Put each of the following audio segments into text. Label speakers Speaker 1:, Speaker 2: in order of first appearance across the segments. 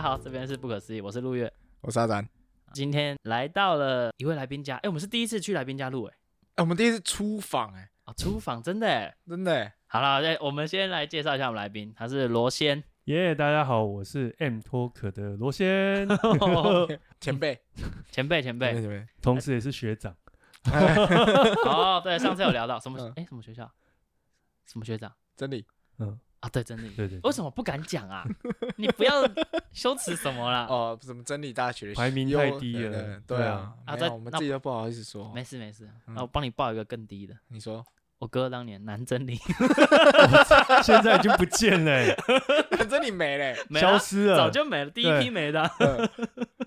Speaker 1: 好，这边是不可思议，我是陆月。
Speaker 2: 我是阿展。
Speaker 1: 今天来到了一位来宾家，哎，我们是第一次去来宾家录，哎，
Speaker 2: 哎，我们第一次出访，哎，
Speaker 1: 啊，厨房真的哎。
Speaker 2: 真的哎，
Speaker 1: 好了，哎，我们先来介绍一下我们来宾，他是罗 先，
Speaker 3: 耶大家好，我是 M 脱壳的 罗先，呃
Speaker 2: 前辈，
Speaker 1: 前辈
Speaker 3: 嗯
Speaker 1: 前 辈。
Speaker 2: 前辈，
Speaker 3: 同时也是学长。
Speaker 1: 哦，对，上次有聊到什么
Speaker 2: 嗯？
Speaker 1: 哎，什么学校？什么学长？
Speaker 2: 真理
Speaker 3: 嗯，
Speaker 1: 啊，对，真理。
Speaker 3: 对对对
Speaker 1: 为什么不敢讲啊？你不要羞耻什么啦。
Speaker 2: 哦，什么真理大学
Speaker 3: 排名太低
Speaker 2: 优
Speaker 3: 了
Speaker 2: 等
Speaker 3: 对
Speaker 2: 对啊
Speaker 1: 啊
Speaker 3: 啊，
Speaker 2: 没
Speaker 1: 在
Speaker 2: 有，我们
Speaker 1: 那
Speaker 2: 自己都不好意思说。
Speaker 1: 没事没事，
Speaker 2: 嗯
Speaker 1: 那我帮你报一个更低的。
Speaker 2: 你说，
Speaker 1: 我哥当年南真理
Speaker 3: 现在已经不见了欸，
Speaker 2: 真理 没 嘞，
Speaker 1: 没
Speaker 3: 消
Speaker 1: 了，
Speaker 3: 失了。
Speaker 1: 早就没了，第一批没的。啊
Speaker 2: 嗯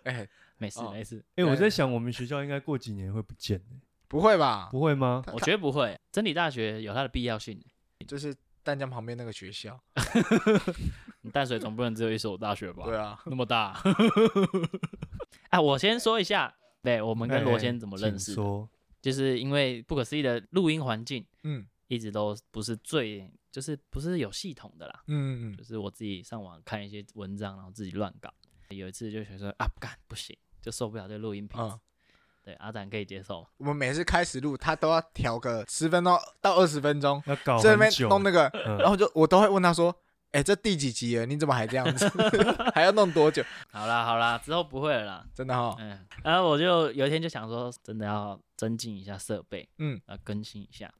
Speaker 2: 哎，
Speaker 1: 没事
Speaker 2: 哦
Speaker 1: 没事，
Speaker 3: 哎，我在想，我们学校应该过几年会不见欸，
Speaker 2: 不会吧？
Speaker 3: 不会吗？
Speaker 2: 他
Speaker 1: 我觉得不会。真理大学有它的必要性，
Speaker 2: 就是淡江旁边那个学校，
Speaker 1: 你淡水总不能只有一所大学吧？
Speaker 2: 对啊，
Speaker 1: 那么 大。啊，我先说一下，对我们跟罗先怎么认
Speaker 3: 哎请
Speaker 1: 识的，
Speaker 3: 说
Speaker 1: 就是因为不可思议的录音环境
Speaker 2: 嗯
Speaker 1: 一直都不是最，就是不是有系统的啦，
Speaker 2: 嗯嗯
Speaker 1: 就是我自己上网看一些文章，然后自己乱搞。有一次就想说啊，不干不行，就受不了这录音品
Speaker 2: 嗯
Speaker 1: 质。
Speaker 2: 嗯，
Speaker 1: 对，阿展可以接受吗。
Speaker 2: 我们每次开始录，他都要调个十分钟到二十分钟，
Speaker 3: 要搞
Speaker 2: 在那
Speaker 3: 哦很
Speaker 2: 边
Speaker 3: 久，
Speaker 2: 弄那个，然
Speaker 3: 嗯，
Speaker 2: 后就我都会问他说，哎，这第几集了？你怎么还这样子？ 还要弄多久？
Speaker 1: 好啦好啦，之后不会了啦。
Speaker 2: 真的哈，
Speaker 1: 嗯，然后我就有一天就想说，真的要增进一下设备，
Speaker 2: 嗯，
Speaker 1: 要更新一下，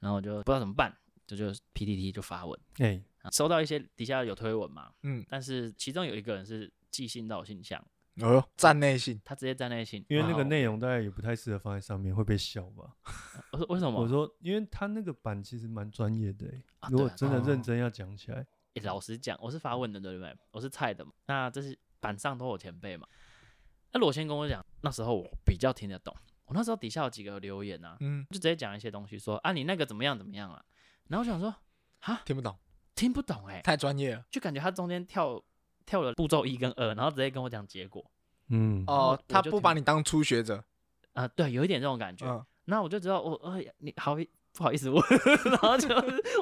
Speaker 1: 然后我就不知道怎么办，就就 PTT 就发文，
Speaker 3: 哎，
Speaker 1: 啊收到一些底下有推文嘛，
Speaker 2: 嗯，
Speaker 1: 但是其中有一个人是寄信到我信箱，
Speaker 2: 哦呦，站内信，
Speaker 1: 他直接在那信，
Speaker 3: 因为那个
Speaker 1: 然
Speaker 3: 内容大概也不太适合放在上面，会被笑吧？
Speaker 1: 后我说为什么？
Speaker 3: 我说，因为他那个版其实蛮专业的欸，
Speaker 1: 啊
Speaker 3: 如果
Speaker 1: 对啊
Speaker 3: 真的
Speaker 2: 哦
Speaker 3: 认真要讲起来，
Speaker 1: 诶老实讲，我是发问的，对不对？我是菜的嘛，那这是板上都有前辈嘛。那裸先跟我讲，那时候我比较听得懂，我那时候底下有几个留言啊，
Speaker 2: 嗯，
Speaker 1: 就直接讲一些东西说啊你那个怎么样怎么样啊，然后我想说啊
Speaker 2: 听不懂，
Speaker 1: 听不懂哎、
Speaker 2: 太专业了。
Speaker 1: 就感觉他中间跳跳了步骤一跟二，然后直接跟我讲结果
Speaker 3: 嗯，
Speaker 1: 后我
Speaker 2: 哦，他
Speaker 1: 就
Speaker 2: 不
Speaker 1: 听
Speaker 2: 把你当初学者，
Speaker 1: 啊、对，有一点这种感觉。
Speaker 2: 嗯，
Speaker 1: 那我就知道我呃，你好意不好意思问， 然后就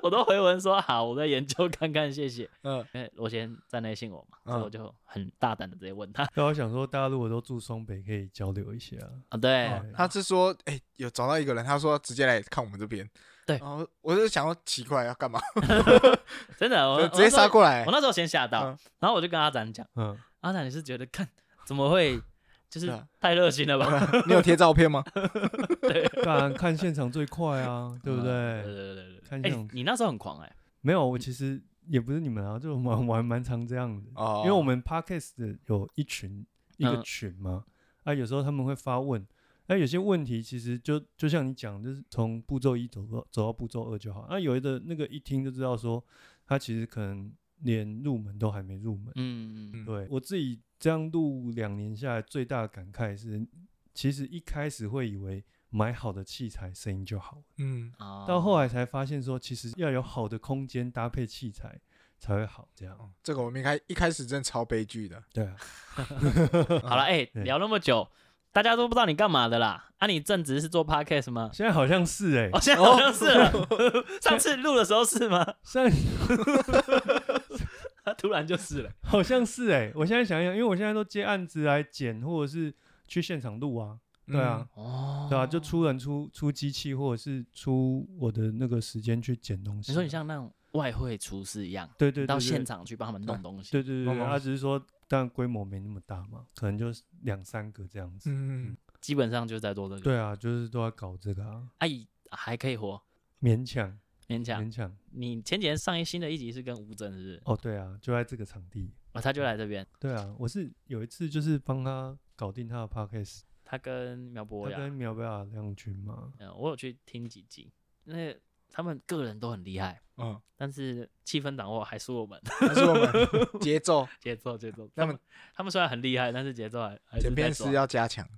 Speaker 1: 我都回文说好，我在研究看看，谢谢。
Speaker 2: 嗯，
Speaker 1: 因为罗先在内信我嘛，所以
Speaker 2: 嗯
Speaker 1: 我就很大胆的直接问他
Speaker 3: 那我想说，大家如果都住双北，可以交流一下。
Speaker 1: 啊，对，
Speaker 3: 哦
Speaker 2: 他是说，哎，有找到一个人，他说直接来看我们这边，
Speaker 1: 对
Speaker 2: 然后我就想要奇怪要干嘛，
Speaker 1: 真的，哦我
Speaker 2: 就直接杀。过
Speaker 1: 我那时
Speaker 2: 来
Speaker 1: 候我，那时候先吓到，
Speaker 2: 嗯
Speaker 1: 然后我就跟阿展讲，
Speaker 3: 嗯，
Speaker 1: 阿展你是觉得看怎么会就是
Speaker 2: 嗯
Speaker 1: 太热心了吧？
Speaker 2: 你有贴照 片吗？
Speaker 3: 当然看现场最快啊，对不
Speaker 1: 嗯对
Speaker 3: 对？
Speaker 1: 对对对
Speaker 3: 看
Speaker 1: 对。哎、
Speaker 3: 这种
Speaker 1: 你那时候很狂哎、
Speaker 3: 没有，我其实也不是你们啊，就蛮玩蛮常这样的，
Speaker 2: 哦，
Speaker 3: 因为我们 podcast 的有一群一个
Speaker 1: 嗯
Speaker 3: 群嘛，啊，有时候他们会发问，那、有些问题其实就就像你讲，就是从步骤一走到走到步骤二就好。那、有的那个一听就知道说，他其实可能连入门都还没入门。
Speaker 1: 嗯嗯
Speaker 2: 嗯
Speaker 3: 对我自己这样录两年下来，最大的感慨是，其实一开始会以为买好的器材声音就好了，
Speaker 2: 嗯，
Speaker 1: 嗯，哦
Speaker 3: 到后来才发现说，其实要有好的空间搭配器材才会好。这样
Speaker 2: 哦这个我们一开一开始真的超悲剧的，
Speaker 3: 对啊，
Speaker 1: 好了，哎、
Speaker 3: 嗯对
Speaker 1: 聊那么久，大家都不知道你干嘛的啦。啊，你正职是做 podcast 吗？
Speaker 3: 现在好像是哎、
Speaker 1: 哦，现在好像是了。
Speaker 3: 哦
Speaker 1: 上次录的时候是吗？ 啊
Speaker 3: 现在
Speaker 1: 突然就是了。
Speaker 3: 好像是哎、我现在想一想，因为我现在都接案子来剪，或者是去现场录啊，对啊，
Speaker 1: 哦
Speaker 3: 对啊，就出人出出机器，或者是出我的那个时间去剪东西啊。
Speaker 1: 你说你像那种外汇厨师一样，
Speaker 3: 对对对
Speaker 1: 到
Speaker 3: 对
Speaker 1: 现场去帮他们弄东西。
Speaker 3: 对对
Speaker 2: 帮
Speaker 3: 对，
Speaker 2: 忙
Speaker 3: 他只是说，但规模没那么大嘛，可能就是两三个这样子。
Speaker 2: 嗯，嗯，
Speaker 1: 基本上就在做这个。，
Speaker 3: 对啊，就是都要搞这个啊，
Speaker 1: 阿姨还可以活，
Speaker 3: 勉强
Speaker 1: 勉强。
Speaker 3: 勉强。
Speaker 1: 你前几天上一新的一集是跟吴真是不是？
Speaker 3: 哦，对啊，就在这个场地。
Speaker 1: 啊，他就来这边，
Speaker 3: 对啊，我是有一次就是帮他搞定他的 podcast，
Speaker 1: 他跟苗博
Speaker 3: 他
Speaker 1: 雅，
Speaker 3: 跟苗贝尔亮君嘛，
Speaker 1: 嗯，我有去听几集，那他们个人都很厉害，
Speaker 2: 嗯，
Speaker 1: 但是气氛掌握还输我们。
Speaker 2: 但是我们 节奏
Speaker 1: 节奏节奏，他
Speaker 2: 那
Speaker 1: 们他们虽然很厉害，但是节奏还还是在
Speaker 2: 剪
Speaker 1: 啊
Speaker 2: 片
Speaker 1: 抓
Speaker 2: 师。要加强，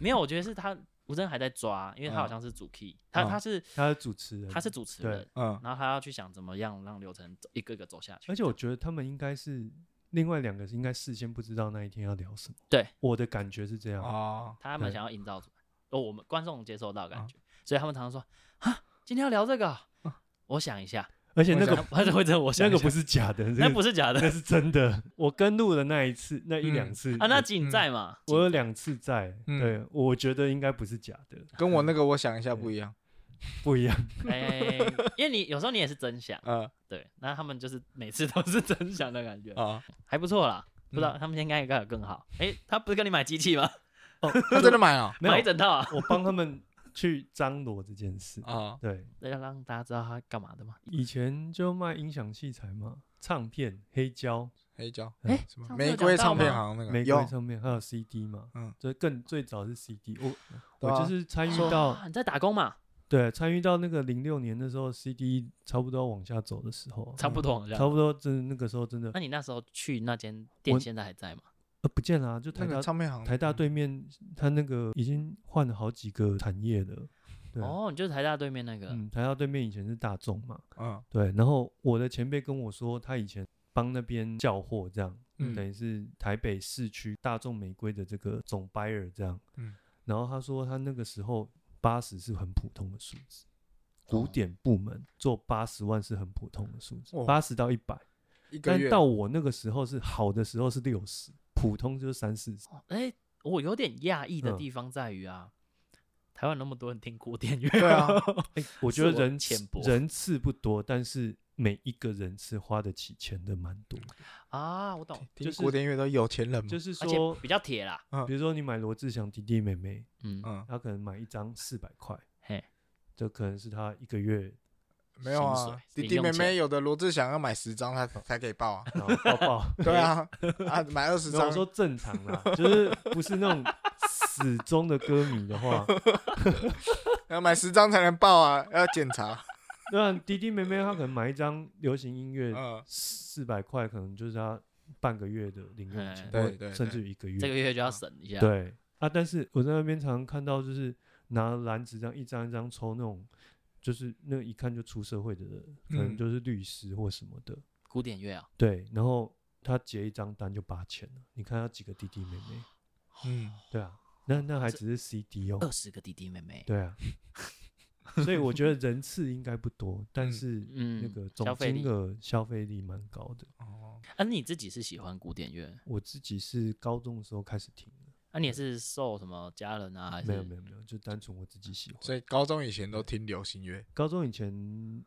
Speaker 1: 没有，我觉得是他吴真还在抓，因为他好像是主 key，、他
Speaker 2: 嗯
Speaker 1: 他是
Speaker 3: 他是主持人，
Speaker 1: 他是主持
Speaker 3: 对
Speaker 1: 人，
Speaker 2: 嗯，
Speaker 1: 然后他要去想怎么样让流程走一个一个走下去。
Speaker 3: 而且我觉得他们应该是另外两个是应该事先不知道那一天要聊什么。
Speaker 1: 对，
Speaker 3: 我的感觉是这
Speaker 1: 啊
Speaker 3: 样。
Speaker 2: 哦，
Speaker 1: 他们
Speaker 3: 对
Speaker 1: 想要营造出来，哦，我们观众接收到的感
Speaker 2: 嗯
Speaker 1: 觉，所以他们常常说啊，今天要聊这个哦
Speaker 2: 嗯，
Speaker 1: 我想一下，
Speaker 3: 而且那
Speaker 2: 我
Speaker 3: 个
Speaker 2: 想
Speaker 1: 他就会在我想
Speaker 3: 那
Speaker 1: 一
Speaker 3: 个
Speaker 1: 想，
Speaker 3: 不是假的，
Speaker 1: 那
Speaker 3: 那
Speaker 1: 不
Speaker 3: 是
Speaker 1: 是假的
Speaker 3: 那是真 的。我跟路的那一次，那一两
Speaker 2: 嗯
Speaker 3: 次
Speaker 1: 啊，那
Speaker 3: 我
Speaker 1: 景在嘛？
Speaker 3: 我有两次在，
Speaker 2: 嗯
Speaker 3: 对，我觉得应该不是假的，
Speaker 2: 跟我那个我想一下不一样。
Speaker 3: 不一样。
Speaker 1: 哎，因为你有时候你也是真想，
Speaker 2: 呃
Speaker 1: 对，那他们就是每次都是真想的感觉，
Speaker 2: 啊，
Speaker 1: 还不错啦。不知道他们现在应该有更好。哎，他不是跟你买机器吗？
Speaker 2: 他真的买了
Speaker 3: 没有
Speaker 1: 买一整套啊，
Speaker 3: 我帮他们去张罗这 件事。
Speaker 1: 哦
Speaker 2: 啊，
Speaker 3: 对，
Speaker 1: 要让大家知道他干嘛的嘛。
Speaker 3: 以前就卖音响器材嘛，唱片、黑胶、
Speaker 2: 黑胶，
Speaker 1: 哎
Speaker 2: 什么
Speaker 1: 上次有
Speaker 2: 玫瑰
Speaker 1: 讲到
Speaker 2: 唱片
Speaker 1: 吗
Speaker 2: 行那个
Speaker 3: 玫瑰
Speaker 2: 啊有，
Speaker 3: 唱片，还有 CD 嘛。
Speaker 2: 嗯
Speaker 3: 嗯，这更最早是 CD，我
Speaker 2: 对啊
Speaker 3: 我就是参与到
Speaker 1: 啊你在打工嘛？
Speaker 3: 对参与到那个零六年的时候，CD 差不多往下走的时候，嗯
Speaker 1: 差不多好哎像。
Speaker 3: 差不多真的那个时候真的
Speaker 1: 那你那时候去那间店
Speaker 3: 我
Speaker 1: 现在还在吗？
Speaker 3: 呃不见了啊，就台
Speaker 2: 那个
Speaker 3: 大
Speaker 2: 唱片行嗯
Speaker 3: 台大对面，他那个已经换了好几个产业了。对啊，
Speaker 1: 哦，你就是台大对面那个，
Speaker 3: 嗯，台大对面以前是大众嘛，
Speaker 2: 嗯
Speaker 3: 对，然后我的前辈跟我说，他以前帮那边叫货，这样、
Speaker 2: 嗯
Speaker 3: 等于是台北市区大众玫瑰的这个总 buyer 这样。
Speaker 2: 嗯
Speaker 3: 然后他说他那个时候八十是很普通的数字，古典部门做八十万是很普通的数字
Speaker 2: 哦哇，
Speaker 3: 八十到一百，
Speaker 2: 一个
Speaker 3: 但
Speaker 2: 月
Speaker 3: 到我那个时候是好的时候是六十，普通就是三四十。
Speaker 1: 哦哎、我有点讶异的
Speaker 3: 嗯
Speaker 1: 地方在于啊，台湾那么多人听古典乐，
Speaker 2: 对啊，
Speaker 3: 哎，我觉
Speaker 1: 自
Speaker 3: 得
Speaker 1: 我
Speaker 3: 人
Speaker 1: 浅
Speaker 3: 次
Speaker 1: 薄
Speaker 3: 人次不多，但是每一个人次花得起钱的蛮多的。
Speaker 1: 啊，我懂，
Speaker 2: 听
Speaker 3: 就是
Speaker 2: 古典乐都有钱人嘛
Speaker 3: 就，是
Speaker 1: 而且
Speaker 3: 说，
Speaker 1: 比较铁啦，
Speaker 3: 比如说你买罗志祥弟弟妹妹，
Speaker 1: 嗯，
Speaker 2: 嗯，
Speaker 3: 他可能买一张四百块，
Speaker 1: 嘿，
Speaker 3: 这可能是他一个月
Speaker 2: 没有
Speaker 1: 薪
Speaker 2: 啊
Speaker 1: 水，
Speaker 2: 弟
Speaker 1: 零
Speaker 2: 弟
Speaker 1: 用
Speaker 2: 妹
Speaker 1: 钱
Speaker 2: 妹有的罗志祥要买十张他才可以 报啊，
Speaker 3: 然后抱抱。
Speaker 2: 对啊，啊买二十
Speaker 3: 没有，
Speaker 2: 张
Speaker 3: 我，说正常啦，就是不是那种死忠的歌迷的话，
Speaker 2: 要买十张才能报啊，要检 查，
Speaker 3: 那啊弟弟妹妹他可能买一张流行音乐
Speaker 2: 嗯，
Speaker 3: 四百块，可能就是他半个月的零用钱，
Speaker 1: 哎
Speaker 2: 对
Speaker 3: 或
Speaker 2: 对对
Speaker 3: 甚至于一个月。
Speaker 1: 这个月就要省一下，
Speaker 3: 对啊，但是我在那边常常看到，就是拿篮子这样一张一张抽那种，就是那一看就出社会的人，可能
Speaker 2: 嗯
Speaker 3: 就是律师或什么的。
Speaker 1: 古典乐啊，
Speaker 3: 对，然后他结一张单就八千了，你看他几个弟弟妹妹，
Speaker 2: 嗯，
Speaker 3: 对啊，那那还
Speaker 1: 这呃
Speaker 3: 只是 CD 哦，
Speaker 1: 二十个弟弟妹妹，
Speaker 3: 对啊，所以我觉得人次应该不多，但
Speaker 2: 嗯
Speaker 3: 是
Speaker 1: 嗯，
Speaker 3: 那个
Speaker 1: 消
Speaker 3: 总
Speaker 1: 费
Speaker 3: 金
Speaker 1: 力，
Speaker 3: 额消费力蛮高的。
Speaker 2: 哦，
Speaker 1: 啊，你自己是喜欢古典乐，
Speaker 3: 我自己是高中的时候开始听的，
Speaker 1: 啊，你也是受什么家人啊，还是
Speaker 3: 没有没有没有，就单纯我自己喜欢。
Speaker 2: 所以高中以前都听流行乐，
Speaker 3: 高中以前，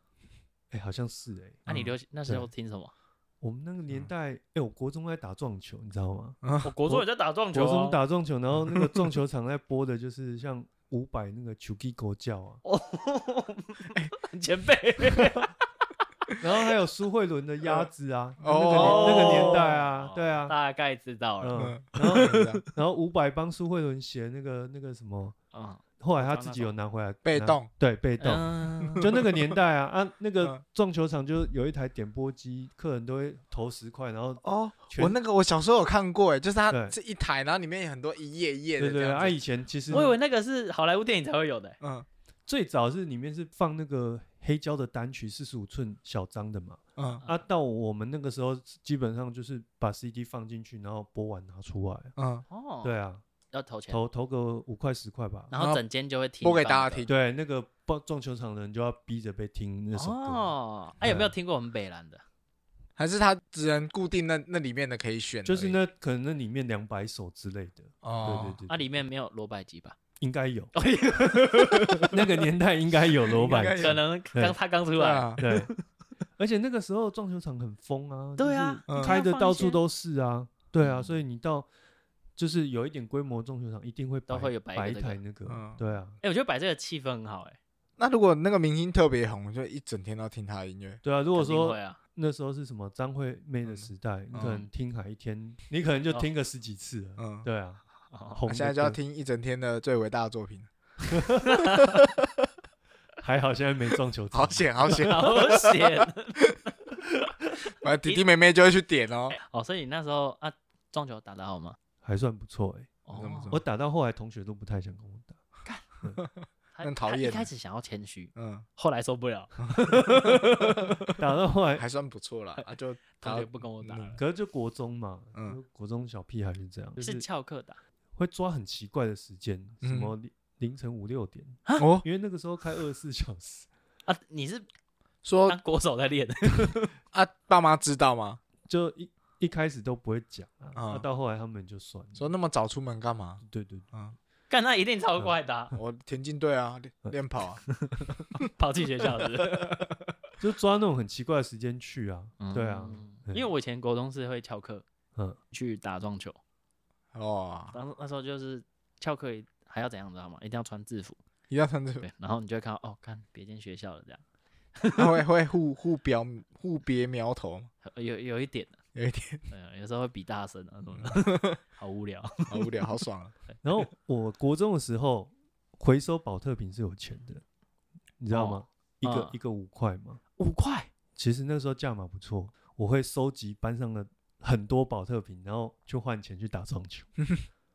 Speaker 3: 哎，好像是哎，
Speaker 1: 啊，你流行那时候
Speaker 3: 对
Speaker 1: 听什 么？
Speaker 3: 我们那个年
Speaker 2: 嗯
Speaker 3: 代，哎，我国中在打撞球，你知道吗？
Speaker 1: 我国中也在打撞球、嗯
Speaker 3: 国
Speaker 1: 啊，
Speaker 3: 中打撞球，然后那个 撞球场在播的就是像伍佰那个《球 u 狗叫》啊，
Speaker 1: 哦 前辈，
Speaker 3: 然后还有苏慧伦的鸭子 啊，
Speaker 2: 呃
Speaker 3: 那个年那个年代
Speaker 1: 哦
Speaker 3: 啊，对 啊，
Speaker 1: 大概知道了，
Speaker 3: 嗯，
Speaker 2: 嗯，
Speaker 3: 然后
Speaker 2: 然后
Speaker 3: 然后伍佰帮苏慧伦写那个那个什么，
Speaker 1: 嗯，
Speaker 3: 后来他自己有拿回来
Speaker 2: 被
Speaker 3: 拿
Speaker 2: 动，
Speaker 3: 对被动，
Speaker 1: 嗯
Speaker 3: 就那个年代啊 啊，那个
Speaker 2: 嗯
Speaker 3: 撞球场就有一台点播机，客人都会投十块，然后
Speaker 2: 哦，
Speaker 3: 全
Speaker 2: 我那个我小时候有看过，哎，就是它
Speaker 3: 对
Speaker 2: 这一台，然后里面有很多一页一页
Speaker 3: 对
Speaker 2: 的
Speaker 3: 对，
Speaker 2: 这
Speaker 3: 对啊
Speaker 2: 样
Speaker 3: 以
Speaker 2: 子，
Speaker 3: 前其实
Speaker 1: 我以为那个是好莱坞电影才会有的、欸
Speaker 2: 嗯
Speaker 3: 最早是里面是放那个黑胶的单曲，四十五寸小张的嘛，
Speaker 2: 嗯
Speaker 3: 啊，到我们那个时候基本上就是把 CD 放进去，然后播完拿出来，
Speaker 2: 嗯，
Speaker 1: 哦，
Speaker 3: 对，啊，
Speaker 1: 要投钱，
Speaker 3: 投投个五块十块吧，
Speaker 1: 然
Speaker 2: 然
Speaker 1: 后
Speaker 2: 后
Speaker 1: 整间就会听，
Speaker 2: 播给大家听。
Speaker 3: 对，那个棒撞球场的人就要逼着被听那首歌。
Speaker 1: 哦，哎、
Speaker 3: 对啊
Speaker 1: 有没有听过我们北兰的？
Speaker 2: 还是它只能固定那那里面的可以选而已，
Speaker 3: 就是那可能那里面两百首之类的，对
Speaker 2: 哦
Speaker 3: 对对，
Speaker 1: 啊，里面没有罗百吉吧？
Speaker 3: 应该有，那个年代应该 有罗
Speaker 2: 应该
Speaker 3: 百
Speaker 2: 有
Speaker 3: 吉，
Speaker 1: 可能刚他刚出
Speaker 2: 对
Speaker 1: 来，
Speaker 2: 啊，
Speaker 3: 对，而且那个时候撞球场很疯啊，
Speaker 1: 对啊
Speaker 3: 就是
Speaker 2: 嗯
Speaker 3: 开的到处都是啊，对啊，
Speaker 1: 嗯
Speaker 3: 所以你到就是有一点规模的撞球场一定会
Speaker 1: 都
Speaker 3: 摆
Speaker 1: 会有摆
Speaker 3: 摆
Speaker 1: 一
Speaker 3: 一
Speaker 1: 个
Speaker 3: 台那个
Speaker 2: 嗯，
Speaker 3: 对啊，
Speaker 1: 哎、我觉得摆这个气氛很好、哎，
Speaker 2: 那如果那个明星特别红，就一整天都听他的音乐。
Speaker 3: 对啊，如果
Speaker 1: 肯定
Speaker 3: 说
Speaker 1: 会啊，嗯
Speaker 3: 那时候是什么张惠妹的时代，你可能听海一天，你可能就听个十几次了，
Speaker 2: 嗯，
Speaker 3: 对啊，
Speaker 1: 哦
Speaker 3: 红
Speaker 2: 那
Speaker 3: 的
Speaker 2: 现在就要
Speaker 3: 歌
Speaker 2: 听一整天的最伟大的作品，
Speaker 3: 还好现在没撞球场
Speaker 2: 好，险 好险！
Speaker 1: 好险
Speaker 2: 完弟弟妹妹就会去点哦。
Speaker 1: 哦，所以那时候啊，撞球打得好吗？
Speaker 3: 还算不错哎，
Speaker 2: 怎么
Speaker 1: 哦
Speaker 2: 说，
Speaker 3: 我打到后来同学都不太想跟我打。
Speaker 1: 他
Speaker 2: 很讨
Speaker 1: 他一
Speaker 2: 厌
Speaker 1: 开始想要谦虚，
Speaker 2: 嗯，
Speaker 1: 后来受不 了，
Speaker 3: 打到后来，
Speaker 2: 还算不错啦。啊，就
Speaker 1: 同
Speaker 2: 他
Speaker 1: 学不跟我打了，
Speaker 3: 可是就国中嘛，
Speaker 2: 嗯
Speaker 3: 就国中小屁孩是这样，嗯就是是
Speaker 1: 翘课打，
Speaker 3: 会抓很奇怪的时间，
Speaker 2: 嗯
Speaker 3: 什么凌凌晨五六点，
Speaker 2: 哦，
Speaker 3: 因为那个时候开二十四小时，
Speaker 1: 啊，你是
Speaker 2: 说
Speaker 1: 当国手在 练，
Speaker 2: 啊，爸妈知道吗？
Speaker 3: 就一一开始都不会讲啊，那、
Speaker 2: 啊
Speaker 3: 到后来他们就算了。
Speaker 2: 说那么早出门干嘛？
Speaker 3: 对对对，
Speaker 2: 嗯，
Speaker 1: 干那一定超快的啊、
Speaker 2: 我田径队啊， 练练跑啊，
Speaker 3: 嗯
Speaker 1: 跑进学校是不是
Speaker 3: 就抓那种很奇怪的时间去啊。 对啊，
Speaker 1: 嗯因为我以前国中是会翘课
Speaker 3: 嗯，
Speaker 1: 去打撞球，
Speaker 2: 哦，
Speaker 1: 当时那时候就是翘课还要怎样，你知道吗？一定要穿制服，
Speaker 2: 一定要穿这个，
Speaker 1: 对，然后你就会看到哦，看别间学校了这样，
Speaker 2: 啊会会互互表互别苗头吗，
Speaker 1: 呃有有一点的，
Speaker 2: 有一点
Speaker 1: 对，有时候会比大声啊
Speaker 3: 嗯
Speaker 1: 什么的， 好无 聊。
Speaker 2: 好无聊，好爽啊！
Speaker 3: 然后我国中的时候回收保特瓶是有钱的，你知道吗？
Speaker 1: 哦
Speaker 3: 一个、
Speaker 1: 嗯
Speaker 3: 一个五块嘛。
Speaker 1: 五块，
Speaker 3: 其实那时候价码不错，我会收集班上的很多保特瓶，然后去换钱去打撞 球。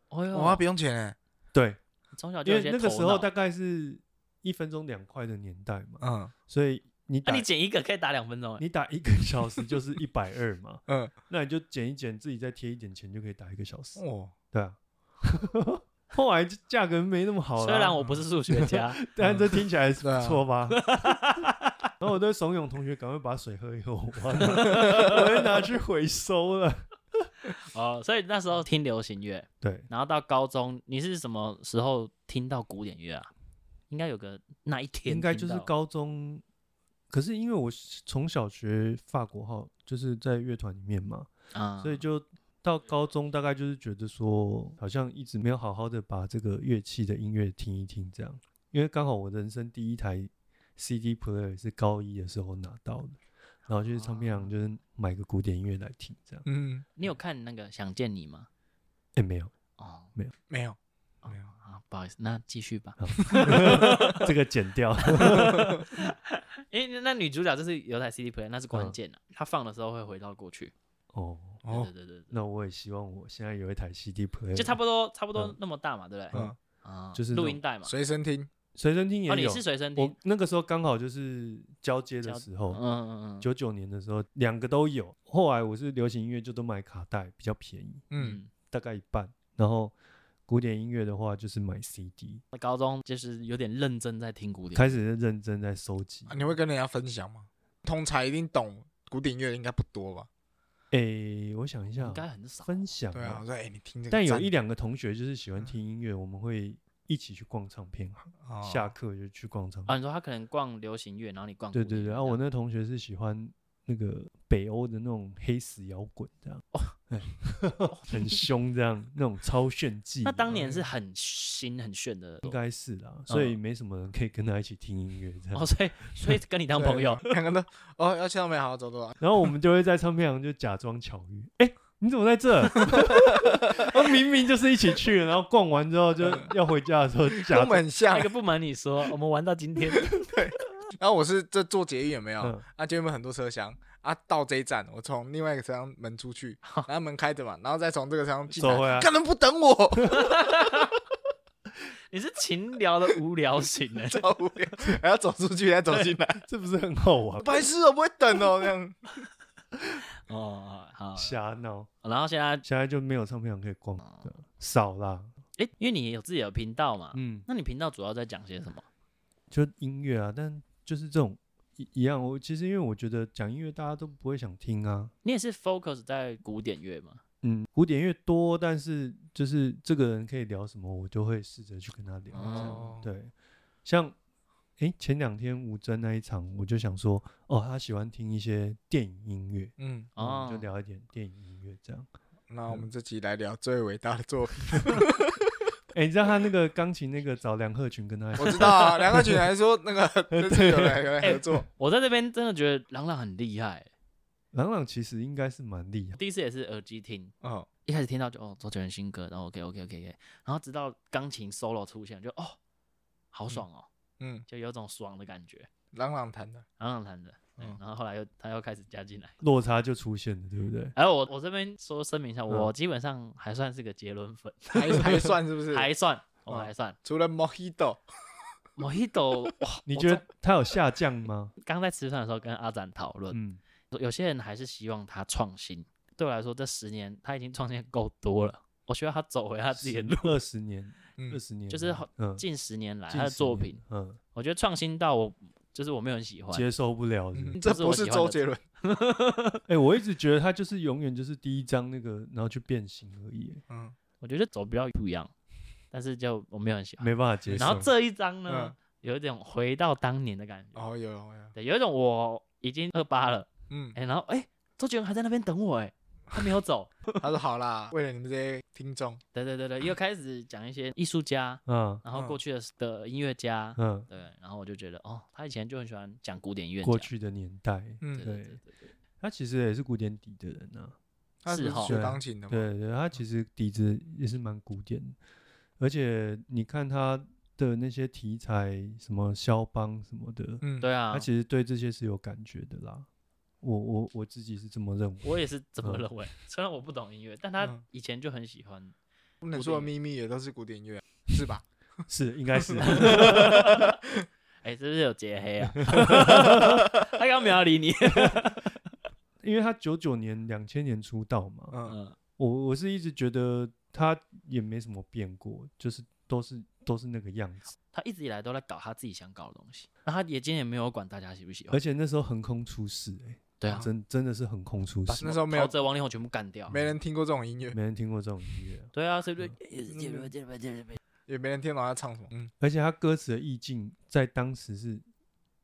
Speaker 1: 哦
Speaker 2: 哇，
Speaker 1: 哟
Speaker 2: 不，用钱欸，
Speaker 3: 对，
Speaker 1: 从啊小就有
Speaker 3: 因为
Speaker 1: 些
Speaker 3: 那个时
Speaker 1: 头
Speaker 3: 候
Speaker 1: 脑啊
Speaker 3: 大概是一分钟两块的年代嘛，
Speaker 2: 嗯
Speaker 3: 所以你打、
Speaker 1: 啊，你减一个可以打两分钟欸，
Speaker 3: 你打一个小时就是一百二 嘛，
Speaker 2: 嗯，
Speaker 3: 那你就减一减，自己再贴一点钱就可以打一个小时。
Speaker 2: 哦，
Speaker 3: 对啊， 后来就价格没那么好了。
Speaker 1: 虽然我不
Speaker 3: 嗯
Speaker 1: 是数学家，
Speaker 3: 但这听起来是
Speaker 2: 对啊
Speaker 3: 不 错吧？然后我都怂恿同学赶快把水喝一喝，我要拿我要拿去回收了。
Speaker 1: 哦，所以那时候听流行乐，
Speaker 3: 对，
Speaker 1: 然后到高中，你是什么时候听到古典乐啊？应该有个那一天，
Speaker 3: 应该就是，高中。可是因为我从小学法国号，就是在乐团里面嘛，
Speaker 2: 嗯
Speaker 1: 啊，
Speaker 3: 所以就到高中大概就是觉得说，好像一直没有好好的把这个乐器的音乐听一听这样。因为刚好我人生第一台 CD player 是高一的时候拿到的，然后就是唱片行就是买个古典音乐来听这样。
Speaker 2: 嗯，
Speaker 1: 你有看那个《想见你》吗？
Speaker 3: 哎、没有，
Speaker 1: 哦，
Speaker 2: 没有，
Speaker 1: 哦
Speaker 2: 没有
Speaker 1: 啊，不好意思，那继续吧。
Speaker 3: 这个剪掉。
Speaker 1: 因为那女主角就是有台 CD player，那是关键的、啊她放的时候会回到过去。
Speaker 3: 嗯哦，
Speaker 1: 对
Speaker 2: 哦
Speaker 1: 对，对对对，
Speaker 3: 那我也希望我现在有一台 CD player，
Speaker 1: 就差不多差不多
Speaker 3: 嗯
Speaker 1: 那么大嘛，对不对？
Speaker 2: 嗯，
Speaker 1: 啊，
Speaker 3: 就是那
Speaker 1: 录
Speaker 3: 种
Speaker 1: 音带嘛。
Speaker 2: 随身听，
Speaker 3: 随身听也
Speaker 1: 哦，你
Speaker 3: 有。
Speaker 1: 是随身听
Speaker 3: 我，那个时候刚好就是交接的
Speaker 1: 交
Speaker 3: 时
Speaker 1: 嗯
Speaker 3: 候，
Speaker 1: 嗯嗯嗯
Speaker 3: 九九年的时候两个都有。后来我是流行音乐就都买卡带，比较便宜，
Speaker 2: 嗯，
Speaker 1: 嗯。
Speaker 3: 大概一半。然后古典音乐的话就是买 CD，
Speaker 1: 那高中就是有点认真在听古典，
Speaker 3: 开始认真在收集
Speaker 2: 啊。你会跟人家分享吗？通才一定懂古典乐应该不多吧？
Speaker 3: 诶，哎我想一下
Speaker 1: 应，该很少。
Speaker 3: 分享
Speaker 2: 对啊，
Speaker 3: 啊
Speaker 2: 我。说哎，你听这个赞，嗯
Speaker 3: 但有一两个同学就是喜欢听音乐，我们会一起去逛唱片行，
Speaker 2: 哦
Speaker 3: 下课就去逛唱片行
Speaker 1: 啊，你说他可能逛流行乐，然后你逛
Speaker 3: 对
Speaker 1: 古典
Speaker 3: 对对，
Speaker 1: 这
Speaker 3: 然、后
Speaker 1: 样
Speaker 3: 我那同学是喜欢那个北欧的那种黑死摇滚这样，哦，
Speaker 1: 哦
Speaker 3: 很凶这样，那种超炫技。
Speaker 1: 那当年是很新很炫的，
Speaker 3: 嗯哦应该是啦，所以没什么人可以跟他一起听音乐这样。
Speaker 1: 嗯哦，所以所以跟你当
Speaker 2: 对
Speaker 1: 朋友，
Speaker 2: 两个都哦，要见到没？好，走走，走
Speaker 3: 然后我们就会在唱片行就假装巧遇，哎、你怎么在这？ 哦明明就是一起去了，然后逛完之后就
Speaker 1: 嗯
Speaker 3: 要回家的 时候假
Speaker 2: 跟我
Speaker 3: 装
Speaker 2: 们很像
Speaker 1: 那。个不瞒你说，我们玩到今天，
Speaker 2: 然后我是这坐捷运有没有？
Speaker 3: 嗯
Speaker 2: 啊，就有很多车厢啊，到这一站，我从另外一个车厢门出 去，然后门开着嘛，然后再从这个车厢进
Speaker 3: 走回来
Speaker 2: 来，干嘛不等我？
Speaker 1: 你是勤聊的无聊型哎、
Speaker 2: 超无聊，还要走出去，再走进来，
Speaker 3: 这不是很 好 玩？
Speaker 2: 白痴哦，不会等哦，这 样。
Speaker 1: 哦，好，
Speaker 3: 瞎闹，
Speaker 1: 然后现在
Speaker 3: 现在就没有唱片行可以逛，
Speaker 1: 哦
Speaker 3: 对少啦。
Speaker 1: 哎、因为你有自己的频道嘛，
Speaker 3: 嗯，
Speaker 1: 那你频道主要在讲些什么？
Speaker 3: 就音乐啊，但就是这种一一样，我其实因为我觉得讲音乐大家都不会想听啊，
Speaker 1: 你也是 focus 在古典乐吗？
Speaker 3: 嗯，古典乐多，但是就是这个人可以聊什么，我就会试着去跟他聊。
Speaker 1: 哦
Speaker 3: 对，像诶前两天吴尊那一场，我就想说，哦，他喜欢听一些电影音乐，
Speaker 2: 嗯，
Speaker 3: 然后我们
Speaker 1: 哦
Speaker 3: 就聊一点电影音乐这样。
Speaker 2: 那我们这集来聊最伟大的作品，
Speaker 3: 诶，你知道他那个钢琴那个找梁鹤群跟他一起
Speaker 2: 我知道啊，梁克群还说那 个那次有来有来合作，
Speaker 3: 哎
Speaker 1: 我在这边真的觉得朗朗很厉害、
Speaker 3: 朗朗其实应该是蛮厉害，
Speaker 1: 第一次也是耳机听，
Speaker 2: 嗯，
Speaker 1: 一开始听到就哦周杰伦新歌，然后 OK OK OK OK，然后直到钢琴 solo 出现，就哦好爽哦，
Speaker 2: 嗯，
Speaker 1: 就有种爽的感觉，
Speaker 2: 朗朗 弹的，
Speaker 1: 朗朗弹的。对
Speaker 2: 嗯
Speaker 1: 然后后来又他又开始加进来，
Speaker 3: 落差就出现了，对不对？
Speaker 1: 然后我我这边说声明一下，
Speaker 3: 嗯
Speaker 1: 我基本上还算是个杰伦粉，
Speaker 2: 还还算是不是？
Speaker 1: 还算我
Speaker 2: 嗯
Speaker 1: 还算。
Speaker 2: 除了 Mojito，
Speaker 1: Mojito，哇
Speaker 3: 你
Speaker 1: 我
Speaker 3: 觉得他有下降吗？
Speaker 1: 刚在吃饭的时候跟阿展讨论，
Speaker 3: 嗯，
Speaker 1: 有些人还是希望他创新。对我来说，这十年他已经创新够多了，我希望他走回他自己的路。
Speaker 3: 二十年，
Speaker 2: 嗯
Speaker 3: 二十年了，
Speaker 1: 就是好
Speaker 3: 嗯
Speaker 1: 近十年来
Speaker 3: 近
Speaker 1: 他的
Speaker 3: 十
Speaker 1: 作
Speaker 3: 年
Speaker 1: 品，，
Speaker 3: 嗯，
Speaker 1: 我觉得创新到我就是我没有很喜欢。
Speaker 3: 接受不了是不是
Speaker 2: 嗯
Speaker 1: 这
Speaker 2: 这
Speaker 1: 是我
Speaker 2: 不是
Speaker 1: 喜欢
Speaker 2: 周
Speaker 1: 的
Speaker 2: 杰伦，
Speaker 3: 哎、我一直觉得他就是永远就是第一章那个，然后去变形而已，
Speaker 2: 嗯，
Speaker 1: 我觉得走比较不一样，但是就我没有很喜欢。
Speaker 3: 没办法接受。
Speaker 1: 啊然后这一张呢，
Speaker 2: 嗯
Speaker 1: 有一种回到当年的感觉，
Speaker 2: 哦有有有，
Speaker 1: 对，有一种我已经二八了，
Speaker 2: 嗯，
Speaker 1: 哎、然后哎、周杰伦还在那边等我、哎，他没有走。
Speaker 2: 他说好啦，为了你们这些听众，
Speaker 1: 对对对对，又开始讲一些艺术家，
Speaker 3: 嗯
Speaker 1: 然后
Speaker 2: 嗯
Speaker 1: 过去的的音乐家，
Speaker 3: 嗯，
Speaker 1: 对，然后我就觉得哦，他以前就很喜欢讲古典音乐
Speaker 3: 过
Speaker 1: 家，
Speaker 3: 去的年代，
Speaker 1: 对
Speaker 2: 嗯，
Speaker 1: 对
Speaker 3: 对
Speaker 1: 对对对，
Speaker 3: 他其实也是古典底的人啊。
Speaker 2: 他
Speaker 1: 是
Speaker 2: 不
Speaker 1: 哦
Speaker 2: 是学钢琴的嘛，
Speaker 3: 对对，他其实底子也是蛮古典的，而且你看他的那些题材，什么肖邦什么的，
Speaker 2: 嗯，
Speaker 1: 对啊
Speaker 3: 他，其实对这些是有感觉的啦。我我我自己是这么认为。
Speaker 1: 我也是这么
Speaker 3: 嗯
Speaker 1: 认为，虽然我不懂音乐，但他
Speaker 2: 嗯
Speaker 1: 以前就很喜欢。
Speaker 2: 我们说的秘密也都是古典乐，是吧？
Speaker 3: 是，应该 是
Speaker 1: 哎、是不是有结黑 啊？他刚没有要理你。
Speaker 3: 因为他九九年、两千年出道嘛，
Speaker 2: 嗯，
Speaker 1: 嗯，
Speaker 3: 我我是一直觉得他也没什么变过，就是都是都是那个样子，
Speaker 1: 他一直以来都在搞他自己想搞的东西，那他也今天也没有管大家喜不喜欢
Speaker 3: 而。且那时候横空出世、欸，
Speaker 1: 对
Speaker 3: 哎，
Speaker 1: 啊，
Speaker 3: 真真的是横空出
Speaker 1: 把
Speaker 3: 世，
Speaker 1: 什么
Speaker 2: 那时候没有
Speaker 1: 陶喆、王力宏全部干掉。
Speaker 2: 没人听过这种音乐，
Speaker 3: 没人听过这种音乐啊、
Speaker 1: 对啊，所以就
Speaker 3: 嗯
Speaker 1: 也是见面见面见面
Speaker 2: 也没人听懂他唱什么，嗯
Speaker 3: 而且他歌词的意境在当时是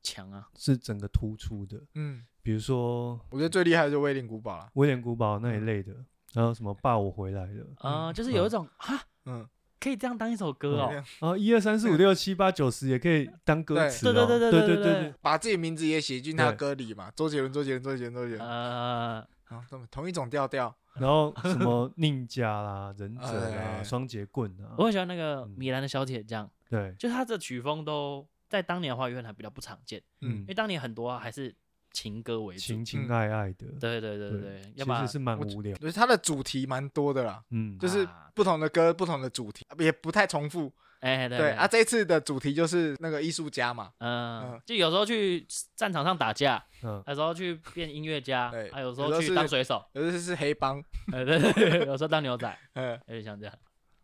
Speaker 1: 强啊，
Speaker 3: 是整个突出的，
Speaker 2: 嗯，
Speaker 3: 比如说
Speaker 1: 嗯
Speaker 2: 我觉得最厉害的就是威廉古堡了，
Speaker 3: 威廉古堡那一类的，还有什么爸我回来了，
Speaker 1: 啊、
Speaker 2: 嗯
Speaker 1: 就是有一种哈、
Speaker 2: 嗯，
Speaker 1: 可以这样当一首歌
Speaker 3: 嗯
Speaker 1: 哦。
Speaker 2: 对
Speaker 3: 然后一二三四五六七八九十也可以当歌
Speaker 2: 对
Speaker 3: 词哦，
Speaker 1: 对对对
Speaker 3: 对
Speaker 1: 对对
Speaker 3: 对
Speaker 1: 对
Speaker 3: 对，
Speaker 2: 把自己名字也写进他的
Speaker 3: 对
Speaker 2: 歌里嘛，周杰伦，周杰伦，周杰伦，周杰伦，
Speaker 1: 呃，
Speaker 2: 啊，这么同一种调调，
Speaker 3: 然后什么宁家啦、忍者
Speaker 2: 哎
Speaker 3: 啦、双截棍啊
Speaker 1: 我，很喜欢那个
Speaker 3: 嗯
Speaker 1: 米兰的小铁匠，
Speaker 3: 对，
Speaker 1: 就是他的曲风都在当年的话，乐坛比较不常见，
Speaker 2: 嗯
Speaker 1: 因为当年很多、啊、还是情歌为主。嗯
Speaker 3: 情情爱爱的，
Speaker 1: 对对对对
Speaker 3: 对
Speaker 1: 对，要不
Speaker 3: 其
Speaker 1: 然
Speaker 3: 实是蛮
Speaker 2: 我
Speaker 3: 无聊
Speaker 2: 我，觉得他的主题蛮多的啦，
Speaker 3: 嗯，
Speaker 2: 就是
Speaker 1: 啊
Speaker 2: 不同的歌，不同的主题，啊也不太重复，
Speaker 1: 哎对
Speaker 2: 对啊，
Speaker 1: 啊，
Speaker 2: 这一次的主题就是那个艺术家嘛，
Speaker 1: 嗯
Speaker 2: 嗯，
Speaker 1: 就有时候去战场上打架，
Speaker 3: 嗯，
Speaker 1: 有时候去变音乐家，
Speaker 2: 对
Speaker 1: 还有时
Speaker 2: 有时
Speaker 1: 候
Speaker 2: 候
Speaker 1: 去
Speaker 2: 是
Speaker 1: 当水手，
Speaker 2: 有的是是黑帮，
Speaker 1: 呃对对对，有时候当牛仔，
Speaker 2: 嗯，
Speaker 1: 有点像这样。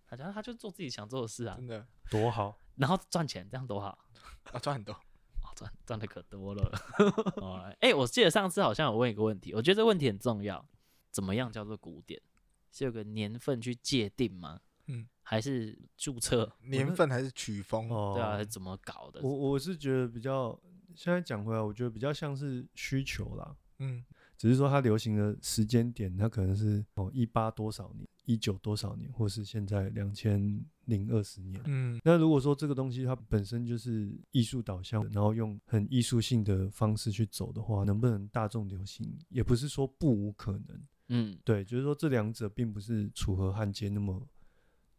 Speaker 1: 他讲他就做自己想做的事啊，
Speaker 2: 真的
Speaker 3: 多好，
Speaker 1: 然后赚钱，这样多好。
Speaker 2: 啊赚很多，
Speaker 1: 哦，赚赚的可多了。 哦，哎、我记得上次好像有问一个问题，我觉得这问题很重要。怎么样叫做古典？是有个年份去界定吗？
Speaker 2: 嗯，
Speaker 1: 还是注册？
Speaker 2: 年份还是曲风，
Speaker 3: 哦，
Speaker 1: 对啊，还是怎么搞的？
Speaker 3: 我我是觉得比较，现在讲回来，我觉得比较像是需求啦，
Speaker 2: 嗯
Speaker 3: 只是说它流行的时间点，它可能是哦一八多少年、一九多少年，或是现在两千零二十年。
Speaker 2: 嗯
Speaker 3: 那如果说这个东西它本身就是艺术导向，然后用很艺术性的方式去走的话，能不能大众流行，也不是说不无可能。
Speaker 1: 嗯，
Speaker 3: 对，就是说这两者并不是楚河汉界那么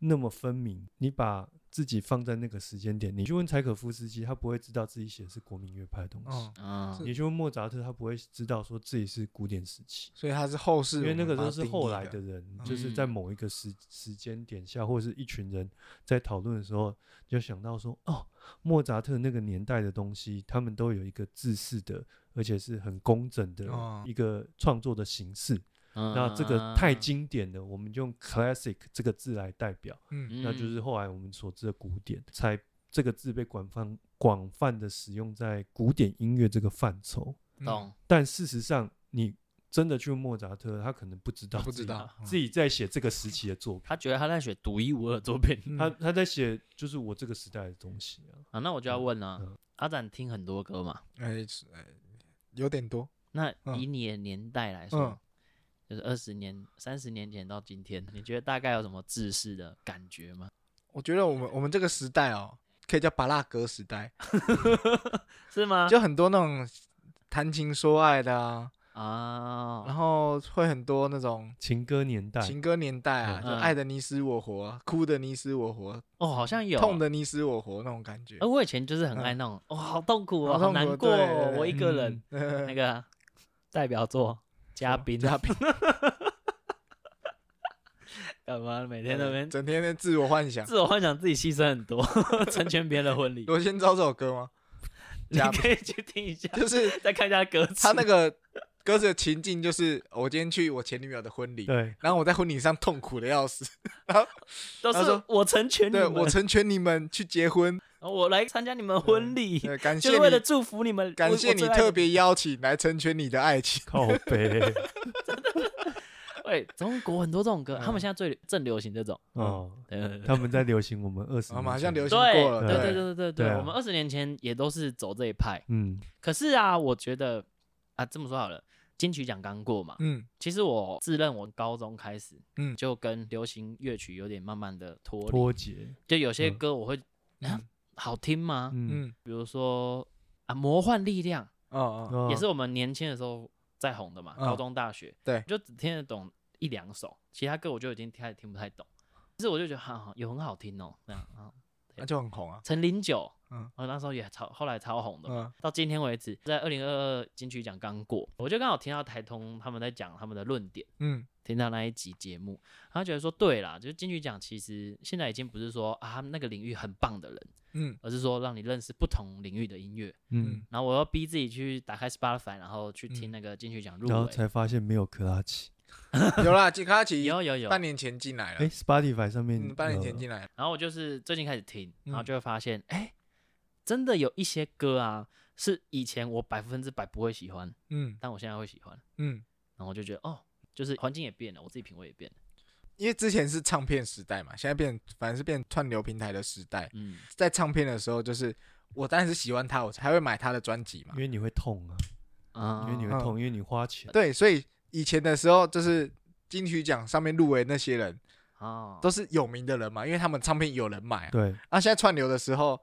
Speaker 3: 那么分明。你把自己放在那个时间点，你去问柴可夫斯基，他不会知道自己写的是国民乐派的东西；
Speaker 2: 哦，
Speaker 1: 啊、
Speaker 2: 是
Speaker 3: 你去问莫扎特，他不会知道说自己是古典时期，
Speaker 2: 所以他是后世，
Speaker 3: 因为那个都是后来的
Speaker 2: 的，
Speaker 3: 人，
Speaker 2: 嗯
Speaker 3: 就是在某一个时时间点下，或者是一群人在讨论的时候，就想到说，哦，莫扎特那个年代的东西，他们都有一个自式的，而且是很工整的
Speaker 2: 哦
Speaker 3: 一个创作的形式。
Speaker 2: 啊
Speaker 1: 嗯
Speaker 3: 那这个太，经典了，我们就用 classic 这个字来代表，
Speaker 2: 嗯
Speaker 1: 嗯
Speaker 3: 那就是后来我们所知的古典，才这个字被广泛广泛的使用在古典音乐这个范畴。
Speaker 2: 嗯
Speaker 1: 懂，
Speaker 3: 但事实上，你真的去问莫扎特，他可能不知道
Speaker 2: 他不
Speaker 3: 自
Speaker 2: 知
Speaker 3: 己
Speaker 2: 道
Speaker 3: 自己在写这个时期的作品，
Speaker 1: 他觉得他在写独一无二的作品、
Speaker 2: 嗯
Speaker 3: 他他在写就是我这个时代的东西啊。
Speaker 1: 啊。那我就要问啊，
Speaker 3: 嗯
Speaker 1: 阿展听很多歌嘛，
Speaker 2: 哎是哎有点多，
Speaker 1: 那
Speaker 2: 嗯
Speaker 1: 以你的年代来说，
Speaker 2: 嗯，
Speaker 1: 就是二十年、三十年前到今天，你觉得大概有什么制式的感觉吗？
Speaker 2: 我觉得我们我们这个时代哦，可以叫巴拉格时代，
Speaker 3: 啊
Speaker 1: 是吗？
Speaker 2: 就很多那种谈情说爱的啊，
Speaker 3: 哦
Speaker 1: 啊，
Speaker 2: 然后会很多那种
Speaker 3: 情歌年代，
Speaker 2: 情歌年代啊，
Speaker 1: 嗯
Speaker 2: 就爱的你死我活啊，哭的你死我活，
Speaker 1: 哦，好像有
Speaker 2: 痛。的你死我活那种感觉
Speaker 1: 而。我以前就是很爱那种，哦，好痛苦哦，
Speaker 2: 好痛
Speaker 1: 好
Speaker 2: 苦
Speaker 1: 难过
Speaker 2: 对
Speaker 1: 哦
Speaker 2: 对，对
Speaker 1: 我一个人。 那
Speaker 2: 那
Speaker 1: 个代表作嘉宾，
Speaker 2: 嘉宾
Speaker 1: 干嘛？每天在那边
Speaker 2: 整天在自我幻想。
Speaker 1: 自我幻想自己牺牲很多， 成全别人的 婚礼。
Speaker 2: 罗先招这首歌 吗？
Speaker 1: 你
Speaker 2: 嘉
Speaker 1: 可以去听一下，
Speaker 2: 就是
Speaker 1: 再看一下歌词。
Speaker 2: 他那个歌词的情境，就是我今天去我前女友的婚礼，
Speaker 3: 对，
Speaker 2: 然后我在婚礼上痛苦的要死，
Speaker 1: 都
Speaker 2: 他
Speaker 1: 是
Speaker 2: 说
Speaker 1: 我成全你
Speaker 2: 对
Speaker 1: 们，
Speaker 2: 我成全你们去结婚，
Speaker 1: 哦我来参加你们婚礼，
Speaker 2: 嗯 对，感
Speaker 1: 就
Speaker 2: 谢
Speaker 1: 是为了
Speaker 2: 你，
Speaker 1: 祝福你们。
Speaker 2: 感
Speaker 1: 我
Speaker 2: 谢你，
Speaker 1: 我最爱
Speaker 2: 特别邀请来成全你的爱 情。
Speaker 3: 靠背啊
Speaker 1: 喂，中国很多这种歌，他
Speaker 2: 嗯
Speaker 1: 们现在最正流行这种。
Speaker 3: 哦，
Speaker 1: 对对对
Speaker 3: 他们在流行我们二十，
Speaker 2: 我们好啊像流行过
Speaker 1: 对
Speaker 2: 了，
Speaker 1: 对
Speaker 3: 对
Speaker 1: 对对对
Speaker 3: 对
Speaker 1: 对，
Speaker 3: 啊
Speaker 1: 我们二十年前也都是走这一派。
Speaker 3: 嗯，
Speaker 1: 可是啊，我觉得啊，这么说好了，金曲奖刚过嘛，
Speaker 2: 嗯
Speaker 1: 其实我自认我高中开始，
Speaker 2: 嗯
Speaker 1: 就跟流行乐曲有点慢慢的脱离，
Speaker 3: 脱节，
Speaker 1: 就有些
Speaker 3: 嗯
Speaker 1: 歌我会、啊
Speaker 2: 嗯
Speaker 1: 好听吗？
Speaker 3: 嗯，
Speaker 2: 嗯，
Speaker 1: 比如说啊，《魔幻力量》
Speaker 2: 哦哦，
Speaker 3: 哦
Speaker 1: 也是我们年轻的时候在红的嘛，
Speaker 2: 嗯
Speaker 1: 高中、大学，
Speaker 2: 对
Speaker 1: 就只听得懂一两首，其他歌我就已经开始听不太懂。其实我就觉得哈、啊，有很好听哦，这样啊。
Speaker 2: 那就很红啊。
Speaker 1: 陈零九，
Speaker 2: 嗯
Speaker 1: 嗯，我那时候也超，后来超红的嘛，
Speaker 2: 嗯
Speaker 1: 到今天为止，在二零二二金曲奖刚过，我就刚好听到台通他们在讲他们的论点，
Speaker 2: 嗯
Speaker 1: 听到那一集节目，他觉得说对啦，就是金曲奖其实现在已经不是说啊他们那个领域很棒的人，
Speaker 2: 嗯
Speaker 1: 而是说让你认识不同领域的音乐。
Speaker 3: 嗯，
Speaker 1: 然后我要逼自己去打开 Spotify，然后去听
Speaker 2: 嗯
Speaker 1: 那个金曲奖入
Speaker 3: 然后
Speaker 1: 围。
Speaker 3: 才发现没有克拉奇，
Speaker 2: 嗯 有啦，吉卡奇
Speaker 1: 有有有，
Speaker 2: 半年前进来
Speaker 3: 哎
Speaker 2: 了，
Speaker 3: ，Spotify 上面
Speaker 2: 嗯，半年
Speaker 3: 呃
Speaker 2: 前进来了，
Speaker 1: 然后我就是最近开始听，然后
Speaker 2: 嗯
Speaker 1: 就会发现，哎、真的有一些歌啊，是以前我百分之百不会喜欢，
Speaker 2: 嗯
Speaker 1: 但我现在会喜欢。
Speaker 2: 嗯，
Speaker 1: 然后我就觉得，哦，就是环境也变了，我自己品味也变了。
Speaker 2: 因为之前是唱片时代嘛，现在变反正是变串流平台的时代，
Speaker 1: 嗯，
Speaker 2: 在唱片的时候，就是我当然是喜欢他，我才会买他的专辑嘛
Speaker 3: 因。为你会痛啊，
Speaker 1: 啊
Speaker 3: 因为你
Speaker 2: 嗯
Speaker 3: 会痛，因为你花钱，
Speaker 2: 对，所以以前的时候，就是金曲奖上面入围那些人
Speaker 1: 啊，
Speaker 2: 都是有名的人嘛，因为他们唱片有人买啊。
Speaker 3: 对，
Speaker 2: 啊，现在串流的时候，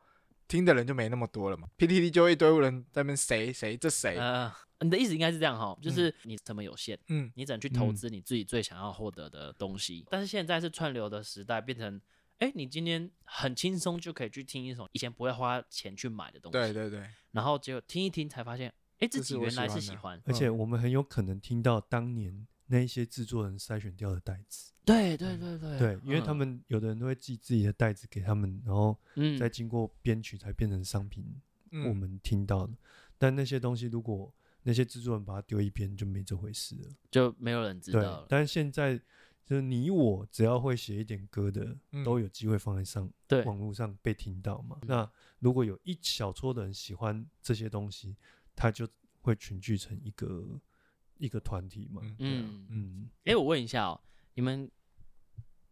Speaker 2: 听的人就没那么多了嘛。PTT 就一堆人在那边谁谁这谁，
Speaker 1: 呃，你的意思应该是这样哈，就
Speaker 2: 嗯
Speaker 1: 是你成本有限，
Speaker 2: 嗯
Speaker 1: 你只能去投资你自己最想要获得的东西。但是现在是串流的时代，变成。哎，你今天很轻松就可以去听一首以前不会花钱去买的东西，
Speaker 2: 对对对，
Speaker 1: 然后结果听一听才发现，哎，自
Speaker 2: 这是
Speaker 1: 己
Speaker 2: 我
Speaker 1: 原
Speaker 2: 喜
Speaker 1: 来是
Speaker 2: 欢
Speaker 1: 喜
Speaker 2: 的
Speaker 1: 欢，
Speaker 3: 而且我们很有可能听到当年那一些制作人筛选掉的袋子，
Speaker 1: 对对
Speaker 2: 嗯
Speaker 1: 对对
Speaker 3: 对，因为他们有的人都会寄自己的袋子给他们，然后
Speaker 1: 嗯
Speaker 3: 再经过编曲才变成商品，我
Speaker 2: 嗯，
Speaker 3: 们听到的。但那些东西如果那些制作人把它丢一边，就没这回事了。
Speaker 1: 就没有人知道
Speaker 3: 对
Speaker 1: 了，。
Speaker 3: 但现在就是你我只要会写一点歌的，
Speaker 2: 嗯
Speaker 3: 都有机会放在上
Speaker 1: 对
Speaker 3: 网络上被听到嘛。
Speaker 1: 嗯
Speaker 3: 那如果有一小撮的人喜欢这些东西，他就会群聚成一个一个团体嘛。
Speaker 2: 嗯
Speaker 1: 嗯，
Speaker 3: 嗯，
Speaker 1: 哎，我问一下哦，你们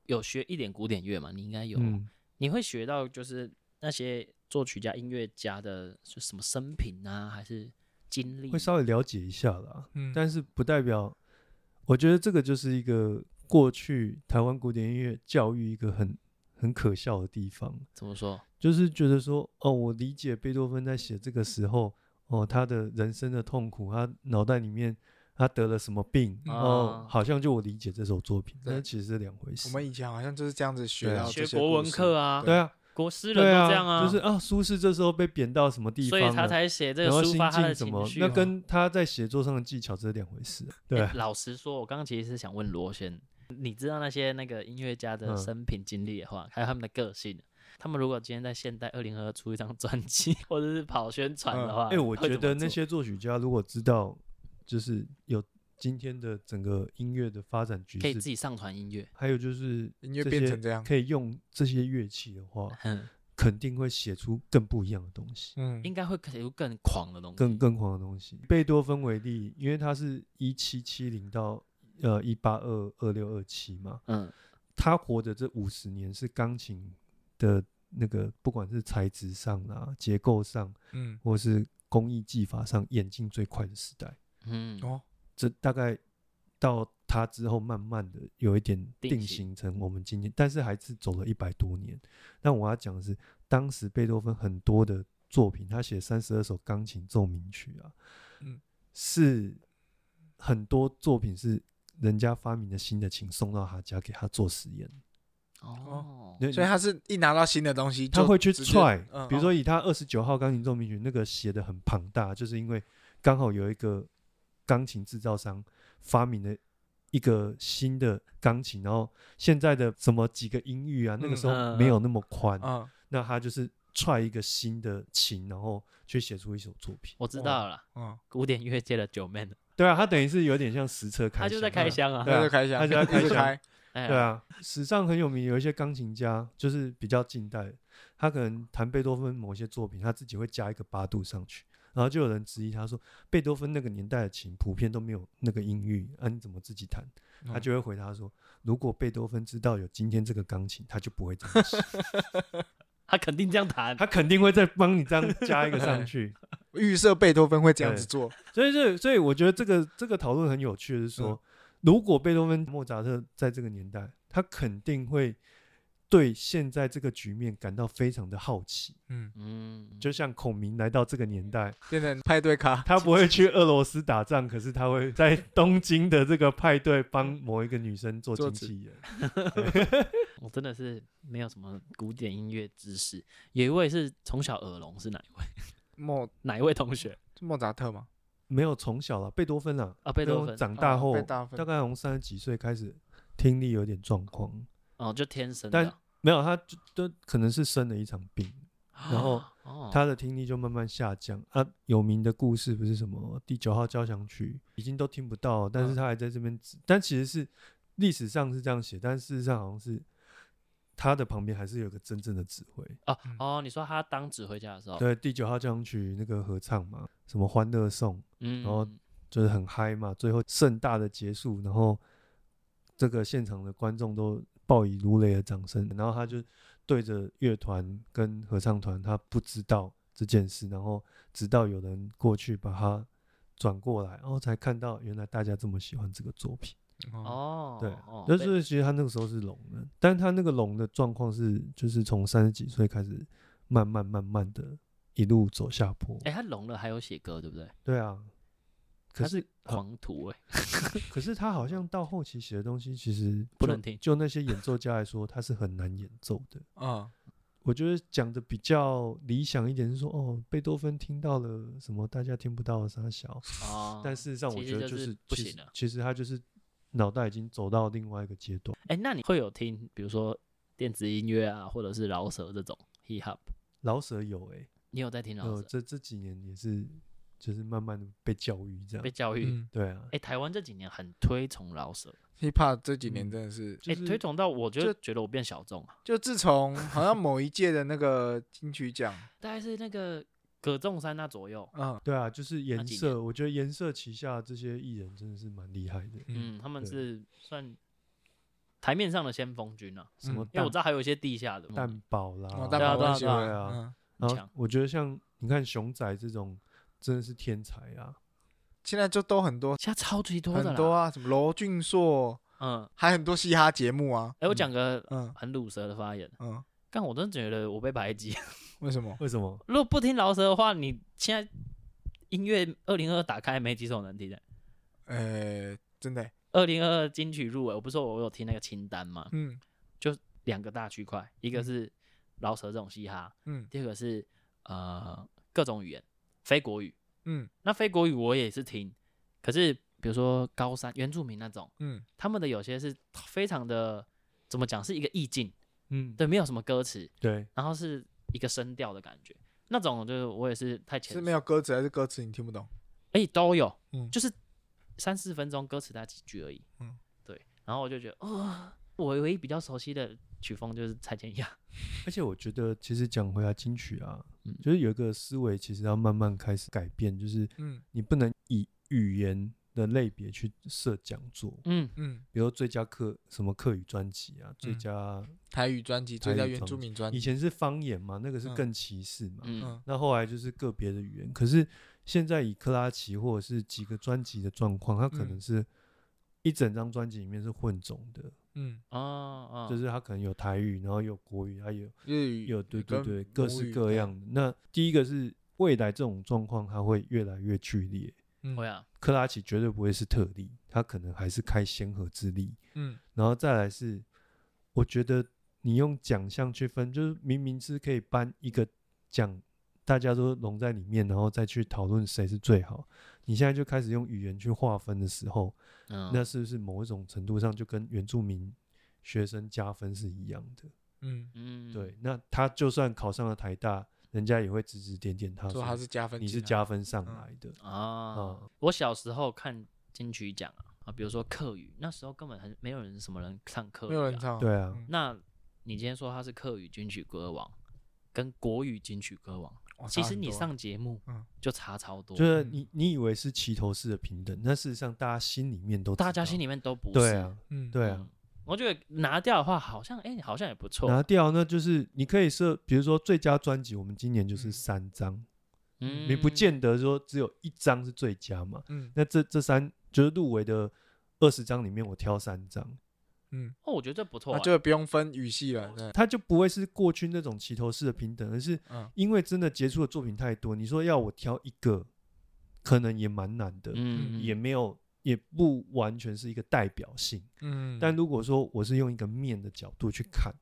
Speaker 1: 有学一点古典乐吗？你应该有，啊
Speaker 3: 嗯
Speaker 1: 你会学到就是那些作曲家、音乐家的就什么生平啊，还是经历？
Speaker 3: 会稍微了解一下啦，
Speaker 2: 嗯
Speaker 3: 但是不代表，我觉得这个就是一个过去台湾古典音乐教育一个很很可笑的地方，
Speaker 1: 怎么说？
Speaker 3: 就是觉得说，哦，我理解贝多芬在写这个时候，哦，他的人生的痛苦，他脑袋里面他得了什么病，
Speaker 2: 嗯
Speaker 1: 啊
Speaker 3: 哦，好像就我理解这首作品，
Speaker 2: 对
Speaker 3: 但其实是两回事。
Speaker 2: 我们以前好像就是这样子学
Speaker 3: 对啊
Speaker 2: 到这
Speaker 1: 学
Speaker 2: 些
Speaker 1: 国
Speaker 2: 故
Speaker 1: 文
Speaker 2: 事
Speaker 1: 课啊，
Speaker 3: 对啊，
Speaker 1: 国诗人
Speaker 3: 对
Speaker 1: 都
Speaker 3: 啊，
Speaker 1: 这样
Speaker 3: 就是啊，苏轼这时候被贬到什么地
Speaker 1: 所
Speaker 3: 方
Speaker 1: 以
Speaker 3: 了，
Speaker 1: 他才写这个
Speaker 3: 然后
Speaker 1: 抒
Speaker 3: 心
Speaker 1: 发他
Speaker 3: 境
Speaker 1: 的
Speaker 3: 什
Speaker 1: 情
Speaker 3: 么，
Speaker 1: 绪啊哦
Speaker 3: 那
Speaker 1: 嘛。
Speaker 3: 跟他在写作上的技巧这是两回事。对啊
Speaker 1: 诶，老实说，我刚刚其实是想问罗轩，你知道那些那个音乐家的
Speaker 3: 嗯
Speaker 1: 生平经历的话，还有他们的个性，他们如果今天在现代二零二出一张专辑，或者是跑宣传的
Speaker 2: 嗯
Speaker 1: 话，
Speaker 3: 哎、我
Speaker 1: 他会
Speaker 3: 觉
Speaker 1: 啊怎么
Speaker 3: 得那
Speaker 1: 做
Speaker 3: 些作曲家如果知道，就是有今天的整个音乐的发展局
Speaker 1: 可以
Speaker 3: 势
Speaker 1: 自，己上传音乐，
Speaker 3: 还有就是
Speaker 2: 音乐
Speaker 3: 这
Speaker 2: 变
Speaker 3: 些
Speaker 2: 成这样，
Speaker 3: 可以用这些乐器的话，
Speaker 1: 嗯，
Speaker 3: 肯定会写出更不一样的东西，
Speaker 2: 嗯
Speaker 1: 应该会写出更狂的东西，
Speaker 3: 更更狂的东西。贝多芬为例，因为他是一七七零到呃一八二二六二七嘛，
Speaker 1: 嗯
Speaker 3: 他活的这五十年是钢琴的那个不管是材质上啦、结构上，
Speaker 2: 嗯
Speaker 3: 或是工艺技法上演进最快的时代。
Speaker 1: 嗯，
Speaker 2: 哦
Speaker 3: 这大概到他之后，慢慢的有一点
Speaker 1: 定
Speaker 3: 定
Speaker 1: 型
Speaker 3: 型成我们今天，但是还是走了一百多年。但我要讲的是，当时贝多芬很多的作品，他写三十二首钢琴奏鸣曲啊，
Speaker 2: 嗯
Speaker 3: 是很多作品是人家发明的新的琴送到他家给他做实验，
Speaker 1: 哦，
Speaker 3: 那
Speaker 2: 所以他是一拿到新的东西就
Speaker 3: 他会去
Speaker 2: 直接
Speaker 3: 踹
Speaker 2: 嗯，
Speaker 3: 比如说以他二十九号钢琴奏鸣曲那个写的很庞大，就是因为刚好有一个钢琴制造商发明了一个新的钢琴，然后现在的什么几个音域啊，那个时候
Speaker 1: 嗯
Speaker 3: 没有那么宽，
Speaker 2: 嗯
Speaker 3: 那他就是踹一个新的琴，然后去写出一首作品。
Speaker 1: 我知道了，
Speaker 2: 嗯，
Speaker 1: 古典乐界的九妹的，
Speaker 3: 对啊，他等于是有点像实车开箱，
Speaker 1: 他就在开箱啊，
Speaker 3: 对啊
Speaker 2: 那就开箱，
Speaker 3: 他 就要
Speaker 2: 一直
Speaker 3: 开箱
Speaker 2: 开，
Speaker 1: 哎呀
Speaker 3: 啊对，啊，史上很有名有一些钢琴家，就是比较近代，他可能弹贝多芬某些作品，他自己会加一个八度上去，然后就有人质疑他说，贝多芬那个年代的琴普遍都没有那个音域，啊你怎么自己弹？
Speaker 1: 嗯
Speaker 2: 嗯
Speaker 3: 他就会回答说，如果贝多芬知道有今天这个钢琴，他就 不会这样写，
Speaker 1: 他肯定这样弹。
Speaker 3: 他肯定会再帮你这样加一个上去。
Speaker 2: 预设贝多芬会这样子做，
Speaker 3: 所以这，所以我觉得这个这个讨论很有趣，的是说，
Speaker 2: 嗯
Speaker 3: 如果贝多芬、莫扎特在这个年代，他肯定会对现在这个局面感到非常的好奇。
Speaker 2: 嗯，
Speaker 1: 嗯，
Speaker 3: 就像孔明来到这个年代，
Speaker 2: 变成派对咖，
Speaker 3: 他不会去俄罗斯打仗，可是他会 在东京的这个派对帮某一个女生做
Speaker 2: 做指
Speaker 3: 经纪人。
Speaker 1: 我真的是没有什么古典音乐知识。有一位是从小耳聋，是哪一位？
Speaker 2: 莫
Speaker 1: 哪一位同学
Speaker 2: 莫扎特嘛，
Speaker 3: 没有从小了，贝多芬啊，
Speaker 1: 啊？贝多芬
Speaker 3: 长大后、
Speaker 2: 哦贝多
Speaker 3: 大
Speaker 2: 芬，
Speaker 3: 概从三十几岁开始听力有点状况，
Speaker 1: 哦，就天生
Speaker 3: 但
Speaker 1: 的。
Speaker 3: 没有他就就可能是生了一场病。然后
Speaker 1: 哦，
Speaker 3: 他的听力就慢慢下降啊。有名的故事不是什么第九号交响曲，已经都听不到了，但是
Speaker 2: 嗯
Speaker 3: 他还在这边指，但其实是历史上是这样写，但事实上好像是他的旁边还是有个真正的指挥。
Speaker 1: 哦哦，你说他当指挥家的时候，
Speaker 3: 嗯对，第九号交响曲那个合唱嘛，什么欢乐颂，
Speaker 1: 嗯，
Speaker 3: 然后就是很嗨嘛，最后盛大的结束，然后这个现场的观众都报以如雷的掌声，然后他就对着乐团跟合唱团，他不知道这件事，然后直到有人过去把他转过来，然、后才看到原来大家这么喜欢这个作品。
Speaker 2: 哦，
Speaker 1: 哦，
Speaker 3: 对
Speaker 1: 哦
Speaker 3: 就
Speaker 1: 贝
Speaker 3: 是其实他那个时候是聋的，但他那个聋的状况是，就是从三十几岁开始，慢慢慢慢的一路走下坡。
Speaker 1: 哎，他聋了还有写歌，对不对？
Speaker 3: 对啊，可
Speaker 1: 他
Speaker 3: 是好
Speaker 1: 狂徒哎，
Speaker 3: 可是他好像到后期写的东西，其实
Speaker 1: 不
Speaker 3: 就
Speaker 1: 能听
Speaker 3: 就那些演奏家来说，他是很难演奏的。
Speaker 2: 嗯，
Speaker 3: 我觉得讲的比较理想一点是说，哦，贝多芬听到了什么大家听不到的沙小，
Speaker 1: 哦，
Speaker 3: 但事实上我
Speaker 1: 其
Speaker 3: 觉
Speaker 1: 实
Speaker 3: 得
Speaker 1: 就是是不
Speaker 3: 其
Speaker 1: 行
Speaker 3: 实
Speaker 1: 了
Speaker 3: 其实他就是脑袋已经走到另外一个阶段。
Speaker 1: 哎，那你会有听，比如说电子音乐啊，或者是饶舌这种 hip hop，
Speaker 3: 老舍有哎、
Speaker 1: 你有在听饶
Speaker 3: 呃，
Speaker 1: 舌？
Speaker 3: 这这几年也是就是慢慢的被教育这样
Speaker 1: 被。教育，
Speaker 2: 嗯
Speaker 3: 对啊，
Speaker 1: 哎，台湾这几年很推崇饶舌，
Speaker 2: ，hiphop 这几年真的是，
Speaker 1: 哎，
Speaker 3: 就是
Speaker 1: 推崇到我就
Speaker 2: 就
Speaker 1: 觉得我变小众啊，
Speaker 2: 就自从好像某一届的那个金曲奖，
Speaker 1: 大概是那个葛仲山那左右，
Speaker 2: 嗯，
Speaker 3: 对啊，就是颜
Speaker 1: 几年
Speaker 3: 色，我觉得颜色旗下这些艺人真的是蛮厉害的，
Speaker 1: 嗯，他们
Speaker 3: 对
Speaker 1: 是算台面上的先锋军啊，
Speaker 3: 什么
Speaker 2: 嗯
Speaker 1: 因为我
Speaker 3: 蛋
Speaker 1: 知道还有一些地下的，
Speaker 3: 蛋堡啦，
Speaker 2: 哦，
Speaker 1: 蛋
Speaker 2: 但
Speaker 1: 堡
Speaker 2: 没关
Speaker 1: 关
Speaker 2: 系
Speaker 1: 系
Speaker 3: 对
Speaker 1: 嗯啊
Speaker 3: 啊，
Speaker 2: 嗯，
Speaker 3: 然
Speaker 1: 强
Speaker 3: 后我觉得像你看熊仔这种真的是天才啊，
Speaker 2: 现在就都很多
Speaker 1: 现在超级多的
Speaker 2: 很
Speaker 1: 啦，
Speaker 2: 多啊，什么罗俊硕，
Speaker 1: 嗯，
Speaker 2: 还很多嘻哈节目啊，
Speaker 1: 哎，我讲个
Speaker 2: 嗯
Speaker 1: 很鲁蛇的发言，
Speaker 2: 嗯，
Speaker 1: 但我真的觉得我被排挤。
Speaker 2: 为什么？
Speaker 3: 为什么？
Speaker 1: 如果不听饶舌的话，你现在音乐二零二打开没几首能听的。
Speaker 2: 呃，真的欸，
Speaker 1: 二零二二金曲入围，我不是说我有听那个清单吗？
Speaker 2: 嗯
Speaker 1: 两个大区块，一个
Speaker 2: 嗯
Speaker 1: 是饶舌这种嘻哈，
Speaker 2: 嗯
Speaker 1: 第二个是呃各种语言，非国语。
Speaker 2: 嗯
Speaker 1: 那非国语我也是听，可是比如说高山原住民那种，
Speaker 2: 嗯
Speaker 1: 他们的有些是非常的怎么讲，是一个意境，
Speaker 3: 嗯，
Speaker 1: 对，没有什么歌词，
Speaker 3: 对，
Speaker 1: 然后是一个声调的感觉。那种就是我也是太浅
Speaker 2: 是没有歌词还是歌词你听不懂？
Speaker 1: 哎、都有，
Speaker 2: 嗯
Speaker 1: 就是三四分钟歌词才几句而已，
Speaker 2: 嗯
Speaker 1: 嗯，对。然后我就觉得，哦，我唯一比较熟悉的曲风就是蔡健雅，
Speaker 3: 而且我觉得其实讲回来金曲啊，
Speaker 1: 嗯
Speaker 3: 就是有一个思维其实要慢慢开始改变，就是
Speaker 2: 嗯
Speaker 3: 你不能以语言的类别去设讲座，
Speaker 1: 嗯，
Speaker 2: 嗯，
Speaker 3: 比如最佳客什么客语专辑啊，最佳
Speaker 2: 台语专辑最
Speaker 3: 台
Speaker 2: 佳
Speaker 3: 语
Speaker 2: 原
Speaker 3: 专
Speaker 2: 住
Speaker 3: 辑
Speaker 2: 民专
Speaker 3: 以
Speaker 2: 辑，
Speaker 3: 前是方言嘛，那个是
Speaker 2: 嗯
Speaker 3: 更歧视嘛，
Speaker 1: 嗯，
Speaker 2: 嗯
Speaker 3: 那后来就是个别的语言，可是现在以克拉奇或者是几个专辑的状况，它可
Speaker 2: 嗯
Speaker 3: 能是一整张专辑里面是混种的，
Speaker 2: 嗯，
Speaker 1: 哦哦，
Speaker 3: 就是它可能有台语，然后有国语，还有
Speaker 2: 日语
Speaker 3: 有对对
Speaker 2: 跟
Speaker 3: 对，各
Speaker 2: 母
Speaker 3: 式
Speaker 2: 语
Speaker 3: 各
Speaker 2: 这
Speaker 3: 样的。那第一个是未来这种状况，它会越来越剧烈。
Speaker 2: 嗯
Speaker 1: 会啊，
Speaker 3: 克拉奇绝对不会是特例，他可能还是开先河之力。
Speaker 2: 嗯
Speaker 3: 然后再来是，我觉得你用奖项去分，就是明明是可以颁一个奖，大家都融在里面，然后再去讨论谁是最好。你现在就开始用语言去划分的时候，
Speaker 1: 嗯，
Speaker 3: 那是不是某一种程度上就跟原住民学生加分是一样的？
Speaker 2: 嗯，
Speaker 1: 嗯，
Speaker 3: 对，那他就算考上了台大，人家也会指指点点他
Speaker 2: 说
Speaker 3: 说
Speaker 2: 他是加分
Speaker 3: 你
Speaker 2: 进来，
Speaker 3: 是加分上
Speaker 2: 嗯
Speaker 3: 来的。
Speaker 1: 啊
Speaker 3: 嗯，
Speaker 1: 我小时候看金曲奖啊，啊，比如说客语，那时候根本很没有人什么人唱客语、啊，
Speaker 2: 没有人。唱，
Speaker 3: 对啊，
Speaker 2: 嗯
Speaker 1: 那你今天说他是客语金曲歌王，跟国语金曲歌王，
Speaker 2: 哇
Speaker 1: 其
Speaker 2: 哦差
Speaker 1: 实
Speaker 2: 很
Speaker 1: 你
Speaker 2: 多
Speaker 1: 上节目
Speaker 2: 嗯
Speaker 1: 就差超多，
Speaker 3: 就是你你以为是齐头式的平等，但事实上大家心里面都
Speaker 1: 大家心
Speaker 3: 里
Speaker 1: 里面都不是。
Speaker 3: 对啊
Speaker 2: 嗯，
Speaker 3: 对啊
Speaker 1: 嗯，我觉得拿掉的话，好像哎、好像也不错。
Speaker 3: 拿掉那就是你可以设，比如说最佳专辑，我们今年就是
Speaker 2: 嗯
Speaker 3: 三张，
Speaker 1: 嗯
Speaker 3: 你不见得说只有一张是最佳嘛。
Speaker 2: 嗯
Speaker 3: 那这这三就是入围的二十张里面，我挑三张，
Speaker 2: 嗯，
Speaker 1: 哦，我觉得这不错、
Speaker 2: 那
Speaker 1: 啊。
Speaker 2: 就不用分语系了，
Speaker 1: 嗯
Speaker 2: 对，
Speaker 3: 它就不会是过去那种齐头式的平等，而是
Speaker 2: 嗯
Speaker 3: 因为真的杰出的作品太多，你说要我挑一个，可能也蛮难的，
Speaker 1: 嗯，
Speaker 3: 也没有也不完全是一个代表性。
Speaker 2: 嗯，
Speaker 3: 但如果说我是用一个面的角度去看，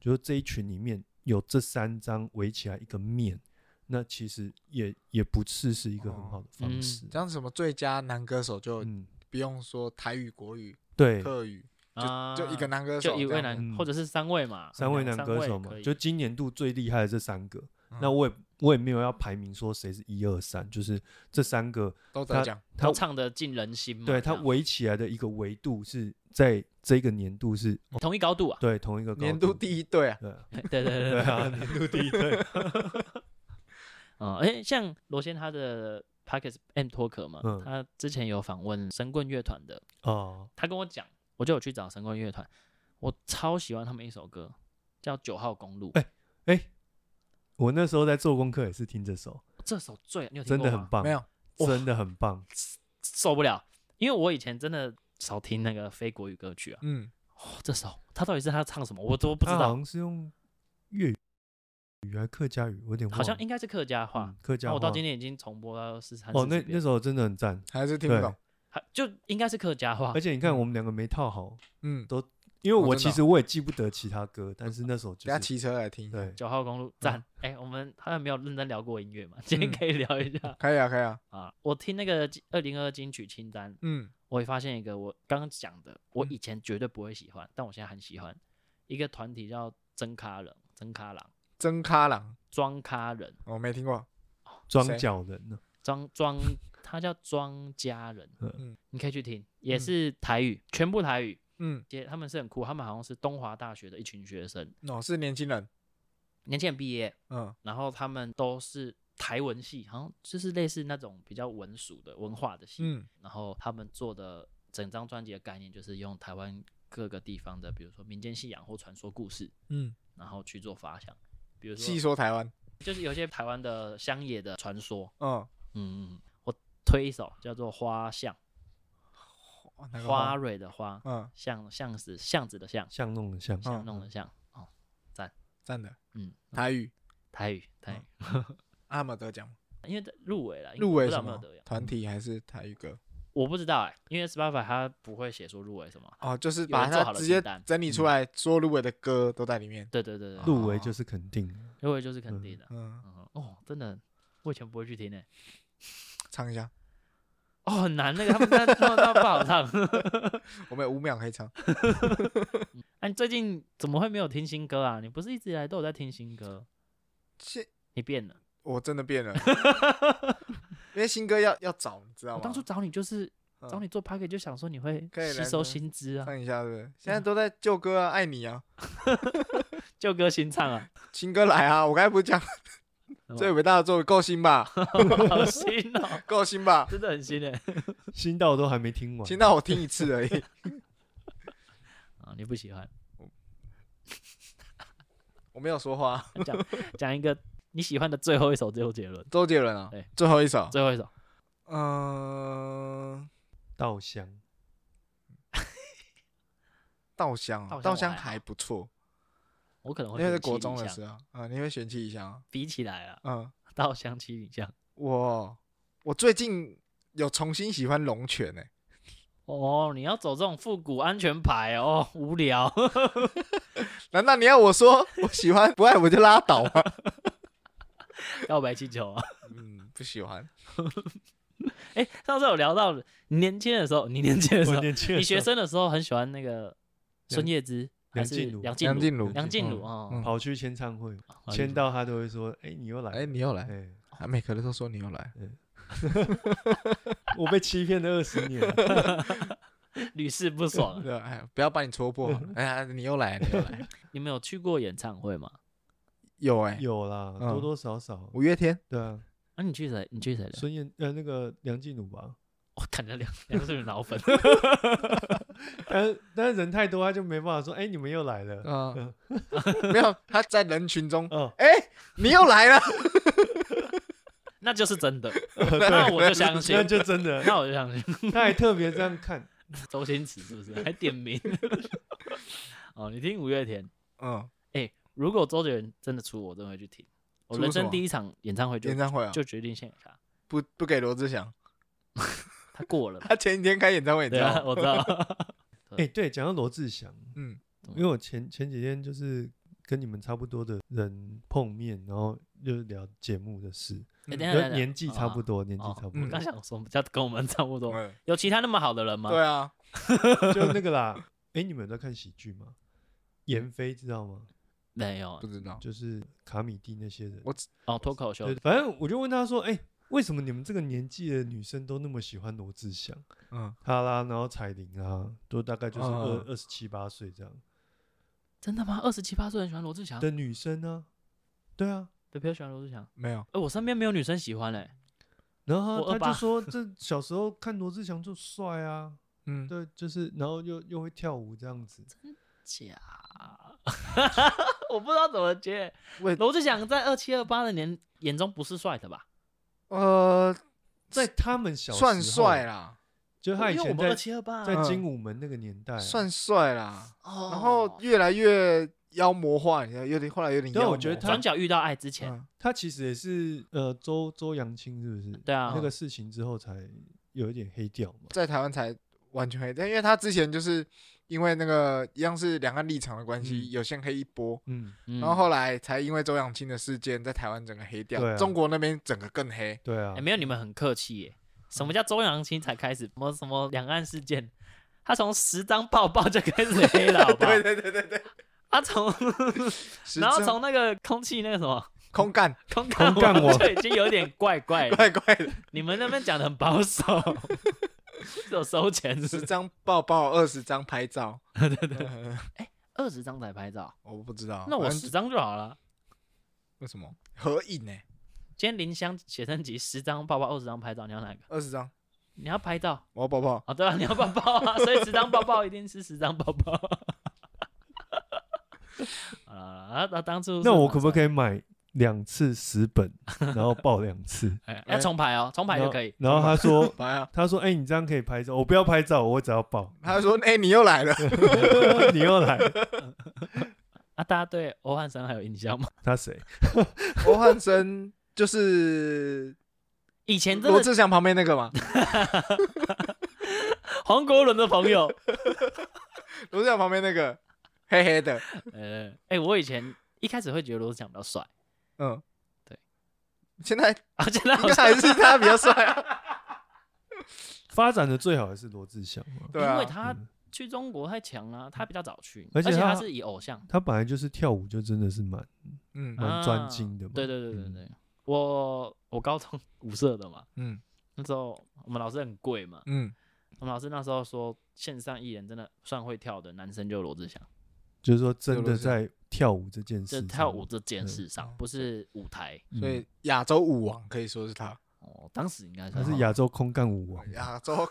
Speaker 3: 就是这一群里面有这三张围起来一个面，那其实也也不是是一个很好的
Speaker 1: 哦
Speaker 3: 方
Speaker 1: 嗯
Speaker 3: 式。
Speaker 2: 这样什么最佳男歌手就
Speaker 3: 嗯，
Speaker 2: 不用说台语、国语、
Speaker 3: 对，
Speaker 2: 客语，
Speaker 1: 啊
Speaker 2: 就一个男歌手这
Speaker 1: 就
Speaker 2: 样子，
Speaker 1: 一位男，
Speaker 3: 嗯
Speaker 1: 或者是三位嘛，
Speaker 3: 三位男歌手
Speaker 1: 可
Speaker 3: 嘛，
Speaker 1: 以
Speaker 3: 就今年度最厉害的这三个。
Speaker 2: 嗯，
Speaker 3: 那我也我也没有要排名说谁是一二三，就是这三个
Speaker 2: 都在讲，
Speaker 3: 他
Speaker 1: 都唱的进人心嘛，
Speaker 3: 对他
Speaker 1: 这样
Speaker 3: 围起来的一个维度是在这个年度是
Speaker 1: 同一高度啊，
Speaker 3: 对同一个高
Speaker 2: 年度第一对啊，
Speaker 3: 对啊
Speaker 1: 对对对
Speaker 3: 对
Speaker 1: 对，
Speaker 3: 啊，年度第一对，
Speaker 1: 嗯，哎，像罗先他的 p o c k e t M Talk 嘛
Speaker 3: 嗯，
Speaker 1: 他之前有访问神棍乐团的，
Speaker 3: 哦，
Speaker 1: 他跟我讲，我就有去找神棍乐团，我超喜欢他们一首歌，叫《九号公路》，
Speaker 3: 哎哎，我那时候在做功课也是听这首，
Speaker 1: 这首最你有听
Speaker 3: 真
Speaker 1: 过
Speaker 3: 的
Speaker 1: 吗
Speaker 3: 很？棒，
Speaker 2: 没有，
Speaker 3: 真的很棒。
Speaker 1: 受不了，因为我以前真的少听那个非国语歌曲啊，
Speaker 2: 嗯，
Speaker 1: 哦这首他到底是他唱什么，我都不知
Speaker 3: 他
Speaker 1: 道
Speaker 3: 好，像是用粤语语还客家语，我有点忘
Speaker 1: 好
Speaker 3: 了
Speaker 1: 像应该是客家话
Speaker 3: 哦嗯。客
Speaker 1: 然
Speaker 3: 家
Speaker 1: 后
Speaker 3: 话。
Speaker 1: 我到今天已经重播到四三
Speaker 3: 哦，那那
Speaker 1: 遍，
Speaker 3: 首真的很赞，
Speaker 2: 还是听不懂，
Speaker 1: 还就应该是客家话
Speaker 3: 而，且你看
Speaker 2: 嗯
Speaker 3: 我们两个没套好，
Speaker 2: 嗯，
Speaker 3: 因为
Speaker 2: 哦
Speaker 3: 我
Speaker 2: 真
Speaker 3: 其
Speaker 2: 的哦
Speaker 3: 实我也记不得其他歌，但是那首
Speaker 2: 等下
Speaker 3: 就是
Speaker 2: 骑车来听，
Speaker 3: 对，
Speaker 1: 九号公
Speaker 3: 嗯
Speaker 1: 路赞。哎、我们好像没有认真聊过音乐嘛，今天
Speaker 2: 嗯
Speaker 1: 可以聊一下、
Speaker 2: 可以啊，可以啊，
Speaker 1: 啊。我听那个二零二金曲清单，
Speaker 2: 嗯，
Speaker 1: 我也发现一个我刚刚讲的，我
Speaker 2: 嗯
Speaker 1: 以前绝对不会喜欢，但我现在很喜欢一个团体叫真咖人，真咖郎，
Speaker 2: 真咖郎，
Speaker 1: 装咖人，
Speaker 2: 我没听过，
Speaker 3: 装
Speaker 2: 谁
Speaker 3: 脚人呢，
Speaker 1: 装装，他叫庄家人，
Speaker 2: 嗯
Speaker 1: 你可以去听，也是台语，全部台语。
Speaker 2: 嗯，
Speaker 1: 也他们是很酷，他们好像是东华大学的一群学生，
Speaker 2: 哦，是年轻人，
Speaker 1: 年轻人毕业，
Speaker 2: 嗯
Speaker 1: 然后他们都是台文系，好像就是类似那种比较文属的文化的系。
Speaker 2: 嗯
Speaker 1: 然后他们做的整张专辑的概念就是用台湾各个地方的，比如说民间信仰或传说故事，
Speaker 2: 嗯，
Speaker 1: 然后去做发想。比如
Speaker 2: 细
Speaker 1: 说，
Speaker 2: 说台湾，
Speaker 1: 就是有些台湾的乡野的传说，
Speaker 2: 嗯，
Speaker 1: 嗯，嗯嗯，我推一首叫做《花巷
Speaker 2: 哦哪》，个
Speaker 1: 花，蕊的花，
Speaker 2: 嗯，
Speaker 1: 巷巷子巷子的巷，
Speaker 3: 像弄的像。
Speaker 1: 巷
Speaker 2: 嗯
Speaker 1: 弄的巷，哦，
Speaker 2: 真的，
Speaker 1: 嗯，
Speaker 2: 台语，
Speaker 1: 台语台语，
Speaker 2: 啊他们有得奖吗，
Speaker 1: 因为入围了，
Speaker 2: 嗯入围
Speaker 1: 哎不知道
Speaker 2: 什
Speaker 1: 有没有
Speaker 2: 么
Speaker 1: 得奖，
Speaker 2: 团体还是台语歌？
Speaker 1: 我不知道哎、因为 Spotify 它不会写说入围什么，
Speaker 2: 哦，就是
Speaker 1: 有
Speaker 2: 把
Speaker 1: 人做
Speaker 2: 它
Speaker 1: 好了
Speaker 2: 直
Speaker 1: 清
Speaker 2: 接
Speaker 1: 单嗯
Speaker 2: 整理出来，所有入围的歌都在里面。
Speaker 1: 对对对对，
Speaker 3: 入围就是肯定的，
Speaker 1: 入围就是肯定的，
Speaker 2: 嗯，
Speaker 1: 嗯哦，真的，我以前不会去听呢、欸
Speaker 2: 唱一下，
Speaker 1: 哦，很难那个，他们那那那不好 唱。
Speaker 2: 我们有五秒可以唱。
Speaker 1: 那、啊你最近怎么会没有听新歌啊？你不是一直以来都有在听新歌？
Speaker 2: 现
Speaker 1: 你变了。
Speaker 2: 我真的 变了，因为新歌要要找，你知道
Speaker 1: 我
Speaker 2: 吗？
Speaker 1: 当初找你就是
Speaker 2: 嗯
Speaker 1: 找你做 p a c k e 就想说你会
Speaker 2: 可以来
Speaker 1: 吸收
Speaker 2: 这
Speaker 1: 新知啊，
Speaker 2: 唱一下，对不对？现在都在旧歌啊，爱你啊，
Speaker 1: 旧歌新唱啊，
Speaker 2: 新歌来啊！我刚才不是讲
Speaker 1: 哦什么
Speaker 2: 最伟大的作品够 新吧？
Speaker 1: 好新哦，
Speaker 2: 够新吧？
Speaker 1: 真的很新哎。
Speaker 3: 新到都还没听完
Speaker 2: 新。到我听一次 而已，
Speaker 1: 啊，你不喜欢？
Speaker 2: 我没有说话。
Speaker 1: 讲讲一个你喜欢的最后一首周杰伦，
Speaker 2: 周杰伦啊
Speaker 1: 对，
Speaker 2: 最后一首，
Speaker 1: 最后一首
Speaker 2: 嗯，
Speaker 3: 稻香
Speaker 2: 稻香啊，
Speaker 1: 稻香
Speaker 2: 稻
Speaker 1: 我
Speaker 2: 香
Speaker 1: 还好
Speaker 2: 还不错，
Speaker 1: 我可能
Speaker 2: 因
Speaker 1: 会
Speaker 2: 为是
Speaker 1: 选七
Speaker 2: 国
Speaker 1: 里
Speaker 2: 中的
Speaker 1: 香
Speaker 2: 时候啊，你会选七里香啊，
Speaker 1: 比起来啊，
Speaker 2: 嗯。
Speaker 1: 稻香七里香
Speaker 2: 我我最近有重新喜欢龙泉欸诶、
Speaker 1: 哦，你要走这种复古安全牌哦，无聊。
Speaker 2: 难道你要我说 我喜欢不爱我就拉倒 吗？
Speaker 1: 告白气球啊！
Speaker 2: 嗯，不喜欢。
Speaker 1: 哎、上次有聊到你年轻的时候，你年轻的时
Speaker 3: 我
Speaker 1: 候，
Speaker 3: 年轻的
Speaker 1: 你学
Speaker 3: 时候
Speaker 1: 生的时候很喜欢那个孙燕姿还
Speaker 3: 梁
Speaker 1: 是
Speaker 3: 静茹
Speaker 1: 梁静
Speaker 2: 梁
Speaker 1: 茹？
Speaker 2: 静茹，
Speaker 1: 梁静茹
Speaker 3: 嗯
Speaker 1: 哦，
Speaker 2: 嗯
Speaker 3: 跑去签唱会，
Speaker 1: 啊
Speaker 3: 签到他都会说：“哎，你又来
Speaker 2: 哎、
Speaker 3: 了。”
Speaker 2: 你又来，
Speaker 3: 哎，
Speaker 2: 啊每个人都说你又来，
Speaker 3: 我被欺骗了二十 年了。
Speaker 1: 屡试不爽。
Speaker 2: 对，
Speaker 1: 嗯
Speaker 2: 哎，不要把你戳破好了。哎呀，你又来，你又来，
Speaker 1: 你们有去过演唱会吗？
Speaker 2: 有哎，
Speaker 3: 有啦，
Speaker 2: 嗯
Speaker 3: 多多少少，
Speaker 2: 五月天
Speaker 3: 对啊，
Speaker 1: 啊，你去谁？你去谁的？
Speaker 3: 孙燕呃那个梁静茹吧，
Speaker 1: 我看着梁梁是老粉，
Speaker 3: 但是但是人太多，他就没办法说，哎，你们又来了，
Speaker 2: 啊，
Speaker 1: 嗯
Speaker 2: 没有他在人群中，
Speaker 3: 哦，
Speaker 2: 哎，你又来了，
Speaker 1: 那就是真的，那我就相信
Speaker 3: 那，就真 的，
Speaker 1: 那我就相信。
Speaker 3: 他还特别这样看，
Speaker 2: 嗯
Speaker 1: 周星驰是不是还点名？ 哦，你听五月天，
Speaker 2: 嗯，
Speaker 1: 如果周杰伦真的出，我真的会去听。我
Speaker 2: 出
Speaker 1: 人
Speaker 2: 什
Speaker 1: 生
Speaker 2: 么
Speaker 1: 第一场演唱会就
Speaker 2: 演唱会啊，
Speaker 1: 就决定献给他，
Speaker 2: 不不给罗志祥，
Speaker 1: 他过 了嘛。
Speaker 2: 他前几天开演唱会，你知
Speaker 1: 对
Speaker 2: 道
Speaker 1: 啊，
Speaker 2: 吗？
Speaker 1: 我知道。
Speaker 3: 哎，对，讲到罗志祥，
Speaker 2: 嗯，
Speaker 3: 因为我前前几天就是跟你们差不多的人碰面，然后就聊节目的事，
Speaker 1: 哎
Speaker 2: 嗯
Speaker 1: 等一下
Speaker 3: 就年纪差不
Speaker 1: 多，
Speaker 3: 多，年纪
Speaker 1: 哦
Speaker 3: 差不
Speaker 1: 我
Speaker 3: 多
Speaker 1: 刚，想说，他啊跟我们差不多。
Speaker 2: 嗯
Speaker 1: 有其他那么好的人吗？
Speaker 2: 对啊，
Speaker 3: 就那个啦。哎，你们有在看喜剧吗？闫飞知道吗？
Speaker 1: 没有
Speaker 2: 不知道，
Speaker 3: 就是卡米蒂那些人。
Speaker 2: 我
Speaker 1: 哦，脱口秀
Speaker 3: 对，反正我就问他说：“哎、为什么你们这个年纪的女生都那么喜欢罗志祥？
Speaker 2: 嗯，
Speaker 3: 他啦，然后彩玲啊，都大概就是二
Speaker 2: 嗯
Speaker 3: 二十七八岁这样
Speaker 1: 真的吗？二十七八岁很喜欢罗志祥，
Speaker 3: 的女生啊。对啊，
Speaker 1: 北漂喜欢罗志祥。
Speaker 2: 没有，
Speaker 1: 哎，我身边没有女生喜欢嘞。
Speaker 3: 然后
Speaker 1: 我
Speaker 3: 他
Speaker 1: 二
Speaker 3: 他
Speaker 1: 八
Speaker 3: 就说，这小时候看罗志祥就帅 啊，
Speaker 2: 嗯，
Speaker 3: 对，就是然后又又会跳舞这样子。
Speaker 1: 假， 我不知道怎么接。
Speaker 2: 喂
Speaker 1: 罗志祥在二七二八的年眼中不是帅的吧？
Speaker 2: 呃，
Speaker 3: 在他们小时候
Speaker 2: 算帅，啦，
Speaker 3: 就他以
Speaker 1: 因为我
Speaker 3: 前
Speaker 1: 们二
Speaker 3: 在
Speaker 1: 七二八啊
Speaker 3: 在
Speaker 2: 嗯
Speaker 3: 精武门那个年代啊、
Speaker 2: 算帅啦，
Speaker 1: 哦
Speaker 2: 然后越来越妖魔化，你知道，有点后来有点
Speaker 3: 对
Speaker 2: 妖
Speaker 3: 啊
Speaker 2: 魔
Speaker 3: 我
Speaker 2: 化，
Speaker 3: 觉得他
Speaker 1: 转角遇到爱之前，
Speaker 2: 嗯
Speaker 3: 他其实也是呃周周扬青是不是？
Speaker 1: 对啊
Speaker 3: 那个事情之后才有一点黑掉嘛。
Speaker 2: 在台湾才完全黑，但因为他之前就是因为那个一样是两岸立场的关系，
Speaker 3: 嗯
Speaker 2: 有先黑一波，
Speaker 3: 嗯，
Speaker 1: 嗯
Speaker 2: 然后后来才因为周扬青的事件在台湾整个黑掉，
Speaker 3: 对啊
Speaker 2: 中国那边整个更黑。
Speaker 3: 对啊
Speaker 1: 哎，，没有你们很客气耶。什么叫周扬青才开始？什么什么两岸事件？他从十张抱抱就开始黑了，好吧？
Speaker 2: 对对对对对，
Speaker 1: 他从啊
Speaker 2: 实
Speaker 1: 然后
Speaker 2: 质
Speaker 1: 从那个空气那个什么
Speaker 2: 空干
Speaker 1: 空干
Speaker 3: 空干
Speaker 1: 我
Speaker 3: 我
Speaker 1: 就已经有点怪 怪的。
Speaker 2: 怪怪的，
Speaker 1: 你们那边讲的很保守， 是有收钱是
Speaker 2: 十
Speaker 1: 不是
Speaker 2: 张抱抱，二十张拍照，对对对，
Speaker 1: 二十张才拍照，
Speaker 2: 我不知道，
Speaker 1: 那我
Speaker 2: 哦反正
Speaker 1: 十张就好了。
Speaker 2: 为什么合影欸呢？
Speaker 1: 今天林香写真集十张抱抱，二十张拍照，你要哪个？
Speaker 2: 二十张，
Speaker 1: 你要拍照
Speaker 2: 我要抱抱，
Speaker 1: 哦，对啊，你要抱抱啊，所以十张抱抱一定是十张抱抱。好了，啊，那当初
Speaker 3: 那我可不可
Speaker 1: 以？
Speaker 3: 以买两次十本，然后报两 次？
Speaker 1: 哎要重排哦，重排就可以。
Speaker 3: 然后然后他说，
Speaker 2: 来 啊！。
Speaker 3: 他说，哎、你这样可以拍照，我不要拍照，我只要报
Speaker 2: 他说：“哎，你又来了。
Speaker 3: 你又来，
Speaker 1: 啊，大家对欧汉生还有印象吗？
Speaker 3: 他谁？”
Speaker 2: 欧汉生就是
Speaker 1: 以前真
Speaker 2: 罗
Speaker 1: 的
Speaker 2: 志祥旁边那个嘛，
Speaker 1: 黄国伦的朋友，
Speaker 2: 罗志祥旁边那个黑黑的，
Speaker 1: 呃，哎、我以前一开始会觉得罗志祥比较帅，
Speaker 2: 嗯，
Speaker 1: 对。
Speaker 2: 现在应
Speaker 1: 啊，现在好
Speaker 2: 该
Speaker 1: 像
Speaker 2: 还是他比较帅啊。
Speaker 3: 发展的最好的是罗志祥嘛，
Speaker 2: 对啊，
Speaker 1: 因为他
Speaker 3: 嗯
Speaker 1: 去中国太强了、他比较早去，而
Speaker 3: 而且他
Speaker 1: 他是以偶像，
Speaker 3: 他本来就是跳舞，就真的是蛮
Speaker 2: 嗯
Speaker 3: 蛮
Speaker 1: 啊
Speaker 3: 专精的嘛
Speaker 1: 对对对对
Speaker 3: 嗯
Speaker 1: 对，我我高中 舞社的嘛，
Speaker 2: 嗯
Speaker 1: 那时候我们老师很贵嘛，
Speaker 2: 嗯，
Speaker 1: 我们老师那时候说线上艺人真的算会跳的男生就罗志祥，
Speaker 3: 就是说真
Speaker 2: 有罗
Speaker 3: 的
Speaker 2: 志祥
Speaker 3: 在跳舞这件事
Speaker 1: 这
Speaker 3: 上，
Speaker 1: 跳舞这件事上
Speaker 2: 嗯
Speaker 1: 不是舞台
Speaker 3: 嗯，
Speaker 2: 所以亚洲舞王可以说是他，
Speaker 1: 哦，当时应该
Speaker 3: 他
Speaker 1: 是
Speaker 3: 是亚洲空干舞王，
Speaker 2: 亚洲，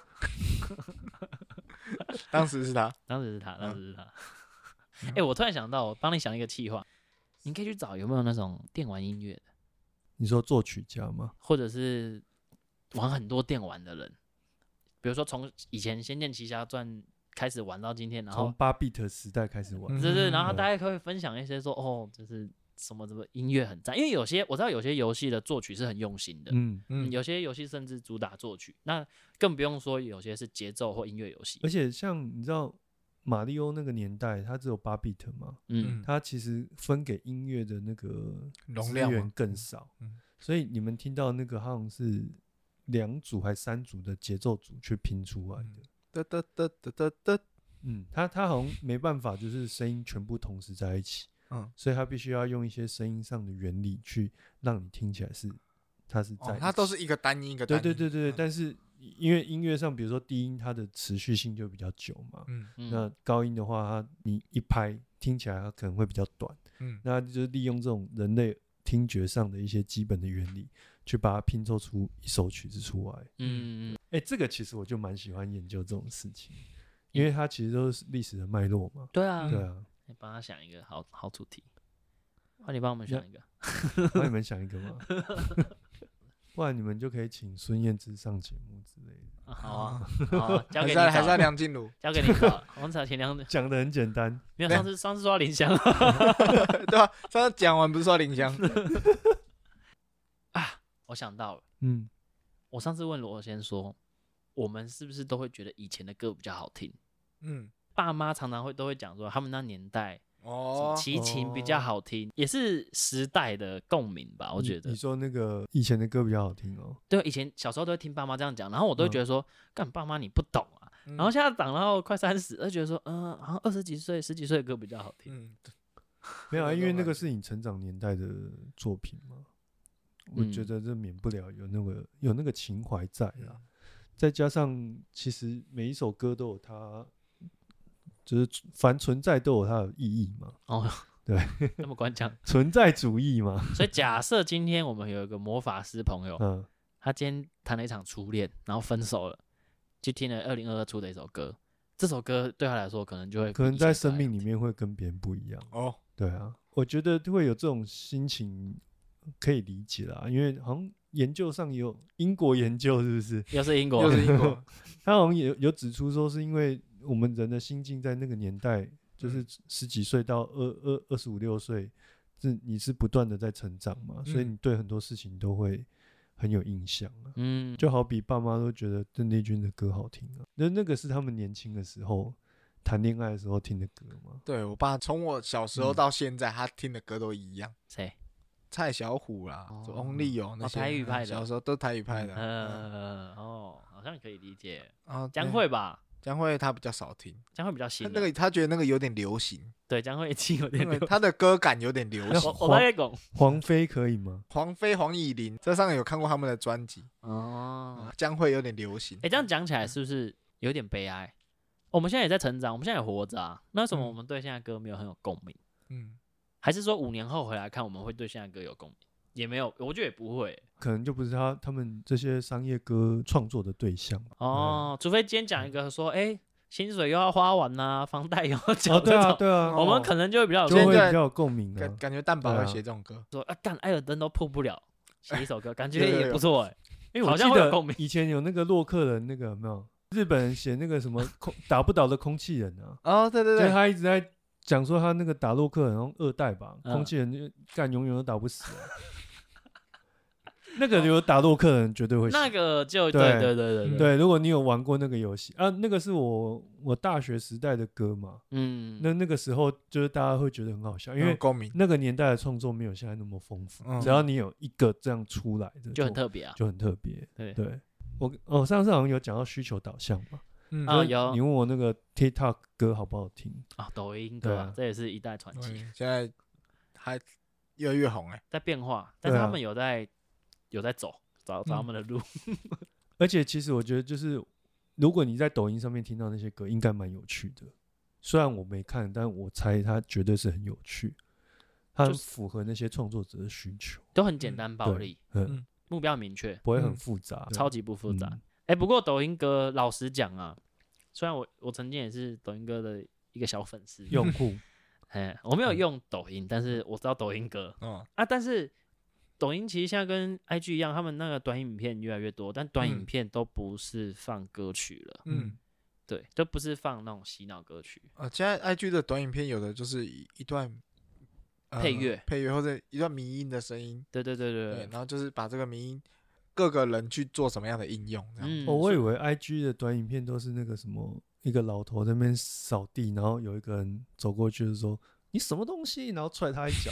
Speaker 2: 当时是他，
Speaker 1: 当时是他，当时是他。 哎、我突然想到，我帮你想一个计划，你可以去找有没有那种电玩音乐的，
Speaker 3: 你说作曲家吗？
Speaker 1: 或者是玩很多电玩的人，比如说从以前《仙剑奇侠传》开始玩到今天，然
Speaker 3: 从
Speaker 1: 后
Speaker 3: 八 bit 时代开始玩
Speaker 2: 嗯，
Speaker 1: 对对，然后
Speaker 3: 嗯
Speaker 1: 大家可以分享一些说哦，就是什么什么音乐很赞，因为有些我知道有些游戏的作曲是很用心的，
Speaker 3: 嗯，
Speaker 1: 嗯
Speaker 2: 嗯，
Speaker 1: 有些游戏甚至主打作曲，那更不用说有些是节奏或音乐游戏
Speaker 3: 而，且像你知道马里欧那个年代，它只有八 bit 嘛，
Speaker 1: 嗯，
Speaker 3: 它其实分给音乐的那个
Speaker 2: 容
Speaker 3: 资
Speaker 2: 量
Speaker 3: 源
Speaker 2: 嘛，
Speaker 3: 更少，
Speaker 2: 嗯
Speaker 3: 所以你们听到那个好像是两组还三组的节奏组去拼出来的。
Speaker 2: 哒哒哒哒哒哒，
Speaker 3: 嗯，它它好像没办法，就是声音全部同时在一起，
Speaker 2: 嗯，
Speaker 3: 所以它必须要用一些声音上的原理去让你听起来是它是在一
Speaker 2: 哦
Speaker 3: 起，
Speaker 2: 他都是一个单音一个单
Speaker 3: 对
Speaker 2: 音，
Speaker 3: 对对对对，
Speaker 2: 嗯
Speaker 3: 但是因为音乐上，比如说低音它的持续性就比较久嘛，
Speaker 2: 嗯
Speaker 1: 嗯
Speaker 3: 那高音的话，它你一拍听起来它可能会比较短，
Speaker 2: 嗯
Speaker 3: 那就是利用这种人类听觉上的一些基本的原理，去把它拼凑出一首曲子出来。
Speaker 1: 嗯嗯
Speaker 3: 哎、这个其实我就蛮喜欢研究这种事情，因为它其实都是历史的脉络嘛。
Speaker 1: 对啊，
Speaker 3: 对啊，
Speaker 1: 你帮他想一个好好主题，换你帮我们想一个。
Speaker 3: 那你们想一个 嘛，不然你们就可以请孙燕姿上节目之类的。
Speaker 1: 啊好啊，好啊，交
Speaker 2: 还
Speaker 1: 给你
Speaker 2: 是还是要
Speaker 1: 搞，
Speaker 2: 梁静茹，
Speaker 1: 交给你搞。我们找前两，
Speaker 3: 讲的很简单，
Speaker 1: 没有
Speaker 2: 哎
Speaker 1: 上次上次说到林湘
Speaker 2: 对吧？上次讲完不是说林湘，
Speaker 1: 啊， 我想到了，
Speaker 3: 嗯，
Speaker 1: 我上次问罗先说，我们是不是都会觉得以前的歌比较好听？
Speaker 2: 嗯，
Speaker 1: 爸妈常常会都会讲说，他们那年代什么
Speaker 2: 哦，
Speaker 1: 齐秦比较好听，也是时代的共鸣吧。啊我
Speaker 3: 你
Speaker 1: 觉得
Speaker 3: 你，说那个以前的歌比较好听哦，
Speaker 1: 对，以前小时候都会听爸妈这样讲，然后我都会
Speaker 3: 嗯
Speaker 1: 觉得说，干爸妈你不懂啊。
Speaker 2: 嗯
Speaker 1: 然后现在长到快三十，就觉得说，嗯，好像二十几岁、十几岁的歌比较好听。
Speaker 2: 嗯，
Speaker 3: 没有啊，
Speaker 2: 我
Speaker 3: 因为
Speaker 2: 懂
Speaker 3: 那个
Speaker 2: 了
Speaker 3: 是你成长年代的作品嘛，我
Speaker 1: 嗯
Speaker 3: 觉得这免不了有那个有那个情怀在啦。再加上其实每一首歌都有它，就是凡存在都有它的意义嘛，
Speaker 1: 哦，
Speaker 3: 对，
Speaker 1: 那么官腔。
Speaker 3: 存在主义嘛，
Speaker 1: 所以假设今天我们有一个魔法师朋友，
Speaker 3: 嗯，
Speaker 1: 他今天谈了一场初恋，然后分手了，去听了二零二二出的一首歌，这首歌对他来说可能就会
Speaker 3: 可能
Speaker 1: 比以前
Speaker 3: 在生命
Speaker 1: 还
Speaker 3: 里
Speaker 1: 好
Speaker 3: 面会跟别人不一样。
Speaker 2: 哦，
Speaker 3: 对啊，我觉得会有这种心情可以理解啦，因为好像研究上也有英国研究，是不是？
Speaker 1: 听又是英国
Speaker 2: 又，是英国，
Speaker 3: 他好像有有指出说，是因为我们人的心境在那个年代，
Speaker 2: 嗯
Speaker 3: 就是十几岁到二二二十五六岁，是你是不断的在成长嘛，所以
Speaker 2: 嗯
Speaker 3: 你对很多事情都会很有印象啊。
Speaker 1: 嗯，
Speaker 3: 就好比爸妈都觉得邓丽君的歌好听啊，那那个是他们年轻的时候谈恋爱的时候听的歌嘛。
Speaker 2: 对我爸从我小时候
Speaker 3: 嗯
Speaker 2: 到现在，他听的歌都一样，
Speaker 1: 谁？
Speaker 2: 蔡小虎啦
Speaker 1: 哦
Speaker 2: 就，Only 有那
Speaker 1: 哦
Speaker 2: 些
Speaker 1: 台语派的
Speaker 2: 小时候都台语派的，嗯，
Speaker 1: 呃，哦，好像可以理
Speaker 3: 嗯
Speaker 1: 解。
Speaker 2: 哦，对
Speaker 1: 江蕙吧，
Speaker 2: 江蕙他比较少听，
Speaker 1: 江蕙比较新
Speaker 2: 他
Speaker 1: 啊，
Speaker 2: 那个他觉得那个有点流 行，
Speaker 1: 对江蕙已经有点
Speaker 2: 因为
Speaker 1: 流。
Speaker 2: 他的歌感有点流
Speaker 3: 那
Speaker 2: 行。
Speaker 1: 我我大概懂
Speaker 3: 黄飞可以吗？
Speaker 2: 黄飞、黄以玲，这上有看过他们的专辑，
Speaker 1: 哦，
Speaker 2: 江蕙有点流行
Speaker 1: 哎、。这样讲起来是不是有点悲哀？我们现在也在成长，我们现在也活着啊，那为什么
Speaker 2: 嗯
Speaker 1: 我们对现在歌没有很有共鸣？
Speaker 2: 嗯，
Speaker 1: 还是说五年后回来看，我们会对现在歌有共鸣？也没有，我觉得也不会
Speaker 3: 可能就不是他他们这些商业歌创作的对 象吧。
Speaker 1: 哦，除非今天讲一个说，哎、薪水又要花完啦、房贷又要
Speaker 3: 嗯，
Speaker 1: 缴、
Speaker 3: 哦，对啊，
Speaker 1: 这种
Speaker 3: 对啊，
Speaker 1: 我们可能就会比较有
Speaker 3: 就
Speaker 1: 共鸣
Speaker 3: 会比
Speaker 2: 现在
Speaker 3: 较有共鸣啊
Speaker 2: 感。感觉蛋宝
Speaker 3: 对
Speaker 2: 会
Speaker 3: 啊
Speaker 2: 写这种歌，
Speaker 1: 说啊，干艾尔登都破不了，写一首歌，感 觉
Speaker 2: 有有
Speaker 1: 也
Speaker 2: 有
Speaker 1: 不错哎、
Speaker 3: 哎、
Speaker 1: 好
Speaker 3: 我记
Speaker 1: 像会有
Speaker 3: 得
Speaker 1: 共 鸣
Speaker 3: 以前有那个洛克人，那个有没有日本人写那 个什么空打不倒的空气人啊？
Speaker 2: 哦，对对
Speaker 3: 就是
Speaker 2: 对，
Speaker 3: 他一直在讲说他那个打洛克人，然后二代吧，
Speaker 1: 嗯
Speaker 3: 空气人就干永远都打不死、 啊。那个有打洛克人绝对会死。
Speaker 1: 那个就
Speaker 3: 对
Speaker 1: 对对对对
Speaker 2: 嗯，
Speaker 3: 对，如果你有玩过那个游戏啊，那个是我我大学时代的歌嘛，
Speaker 1: 嗯，
Speaker 3: 那那个时候就是大家会觉得很好笑，因
Speaker 2: 有
Speaker 3: 为
Speaker 2: 共鸣，
Speaker 3: 那个年代的创作没有现在那么丰富，
Speaker 2: 嗯
Speaker 3: 只要你有一个这样出来的，
Speaker 1: 就很特别啊，
Speaker 3: 就很特别。
Speaker 1: 对
Speaker 3: 对我我上次好像有讲到需求导向嘛，
Speaker 2: 嗯
Speaker 1: 啊
Speaker 3: 就是
Speaker 1: 有
Speaker 3: 你问我那个 TikTok 歌好不好听？
Speaker 1: 啊，抖音
Speaker 3: 对
Speaker 1: 对
Speaker 3: 啊
Speaker 1: 吧？这也是一代传
Speaker 2: 对
Speaker 1: 奇。
Speaker 2: 嗯现在还越来越红哎，
Speaker 1: 在变化，但是
Speaker 3: 对啊嗯
Speaker 1: 他们有在、有在走，找找他们的路。
Speaker 3: 而且其实我觉得就是，如果你在抖音上面听到那些歌，应该蛮有趣的。虽然我没看，但我猜它绝对是很有趣，它很
Speaker 1: 就是嗯
Speaker 3: 符合那些创作者的需求，
Speaker 1: 都很简单暴力，
Speaker 3: 嗯，
Speaker 1: 目标明确，
Speaker 3: 不会很
Speaker 2: 嗯
Speaker 3: 复杂，
Speaker 1: 超级不复杂。哎、
Speaker 3: 嗯
Speaker 1: 不过抖音哥老实讲啊，虽然我我曾经也是抖音哥的一个小粉丝，
Speaker 3: 用嗯户。
Speaker 1: 哎，我没有用抖音，但是我知道抖音哥
Speaker 2: 哦，
Speaker 1: 啊。但是抖音其实现在跟 IG 一样，他们那个短影片越来越多，但短影
Speaker 2: 嗯
Speaker 1: 片都不是放歌曲了，
Speaker 2: 嗯，
Speaker 1: 对，都不是放那种洗脑歌曲。
Speaker 2: 呃，现在 IG 的短影片有的就是一一段呃
Speaker 1: 配乐
Speaker 2: 配乐或者一段迷音的声音，
Speaker 1: 对对对对
Speaker 2: 对，，然后就是把这个迷音各个人去做什么样的应用，这 样，
Speaker 1: 嗯，
Speaker 3: 哦，我以为 I G 的短影片都是那个什么，一个老头在那边扫地，然后有一个人走过去就说：“你什么东西？”然后踹他一脚，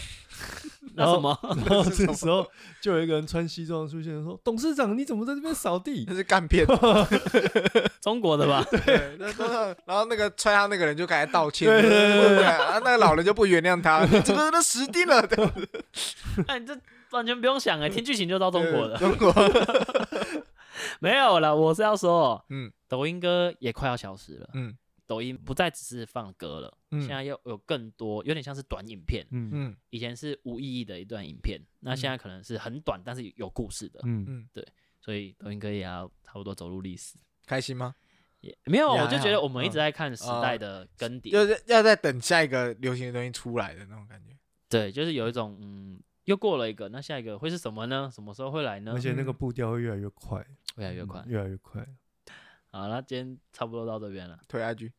Speaker 1: 那
Speaker 3: 然后
Speaker 1: 什么？
Speaker 3: 然后哦这时候就有一个人穿西装出现，说：“董事长，你怎么在这边扫地
Speaker 2: 那是干片，
Speaker 1: 中国的吧？
Speaker 2: 对，那都是然后那个踹他那个人就开始道歉，
Speaker 3: 对对对对对
Speaker 2: 啊，那个老人就不原谅他，你这个都死定了，对
Speaker 1: 欸
Speaker 2: 嗯
Speaker 1: 哎，你这完全不用想哎，听剧情就到中国
Speaker 2: 对
Speaker 1: 的。
Speaker 2: 中国，
Speaker 1: 没有了，我是要说，哦
Speaker 2: 嗯
Speaker 1: 抖音歌也快要消失了，
Speaker 2: 嗯
Speaker 1: 抖音不再只是放歌了，
Speaker 2: 嗯
Speaker 1: 现在又有更多，有点像是短影片，
Speaker 3: 嗯
Speaker 2: 嗯
Speaker 1: 以前是无意义的一段影片，那现在可能是很短，但是有故事的，
Speaker 3: 嗯，
Speaker 2: 嗯，
Speaker 1: 所以抖音歌也要差不多走入历史。
Speaker 2: 开心吗？
Speaker 1: 也没有，
Speaker 2: 也
Speaker 1: 我
Speaker 2: 还
Speaker 1: 就觉得
Speaker 2: 好
Speaker 1: 我们一直
Speaker 2: 嗯
Speaker 1: 在看时代
Speaker 2: 哦
Speaker 1: 的更迭，
Speaker 2: 就是要在等下一个流行的东西出来的那种感觉。
Speaker 1: 对，就是有一种嗯，又过了一个，那下一个会是什么呢？什么时候会来呢
Speaker 3: 而？且
Speaker 2: 嗯
Speaker 3: 那个步调会越来越快，
Speaker 1: 越来越
Speaker 3: 嗯
Speaker 1: 快。
Speaker 3: 越来越快。
Speaker 1: 好，那今天差不多到这边了。
Speaker 2: 推 IG，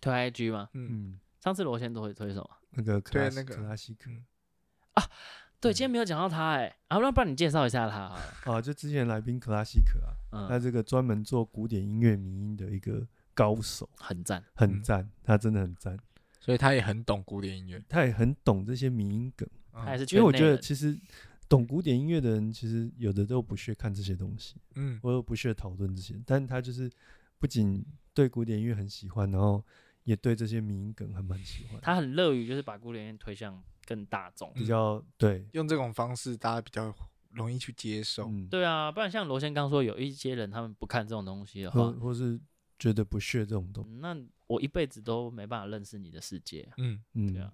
Speaker 1: 推 IG 吗？
Speaker 2: 嗯，
Speaker 3: 嗯，
Speaker 1: 上次罗先都会推什么？
Speaker 3: 那个
Speaker 2: 对
Speaker 3: class-
Speaker 2: 那个
Speaker 3: classic
Speaker 2: 嗯
Speaker 1: 对，今天没有讲到他哎、嗯啊，那不然你介绍一下他好了。
Speaker 3: 啊，就之前来宾 classic 啊，他
Speaker 1: 嗯，
Speaker 3: 这个专门做古典音乐迷音的一个高手，
Speaker 1: 很赞。
Speaker 3: 很
Speaker 2: 嗯
Speaker 3: 赞，他真的很赞，
Speaker 2: 所以他也很懂古典音乐。
Speaker 3: 他也很懂这些迷音梗。
Speaker 2: 嗯
Speaker 1: 他也是
Speaker 3: 因为我
Speaker 1: 圈内
Speaker 3: 觉得
Speaker 1: 人
Speaker 3: 其实懂古典音乐的人，其实有的都不屑看这些东西，
Speaker 2: 嗯
Speaker 3: 我又不屑讨论这些，但他就是不仅对古典音乐很喜欢，然后也对这些民梗很蛮喜欢，
Speaker 1: 他很乐于就是把古典乐推向更大众。
Speaker 3: 比较对，
Speaker 2: 用这种方式，大家比较容易去接受。
Speaker 3: 嗯，
Speaker 1: 对啊，不然像罗先刚说，有一些人他们不看这种东西的
Speaker 3: 或
Speaker 1: 话，
Speaker 3: 或是觉得不屑这种东西，
Speaker 1: 那我一辈子都没办法认识你的世界啊。
Speaker 2: 嗯，
Speaker 1: 对
Speaker 3: 嗯
Speaker 1: 啊，，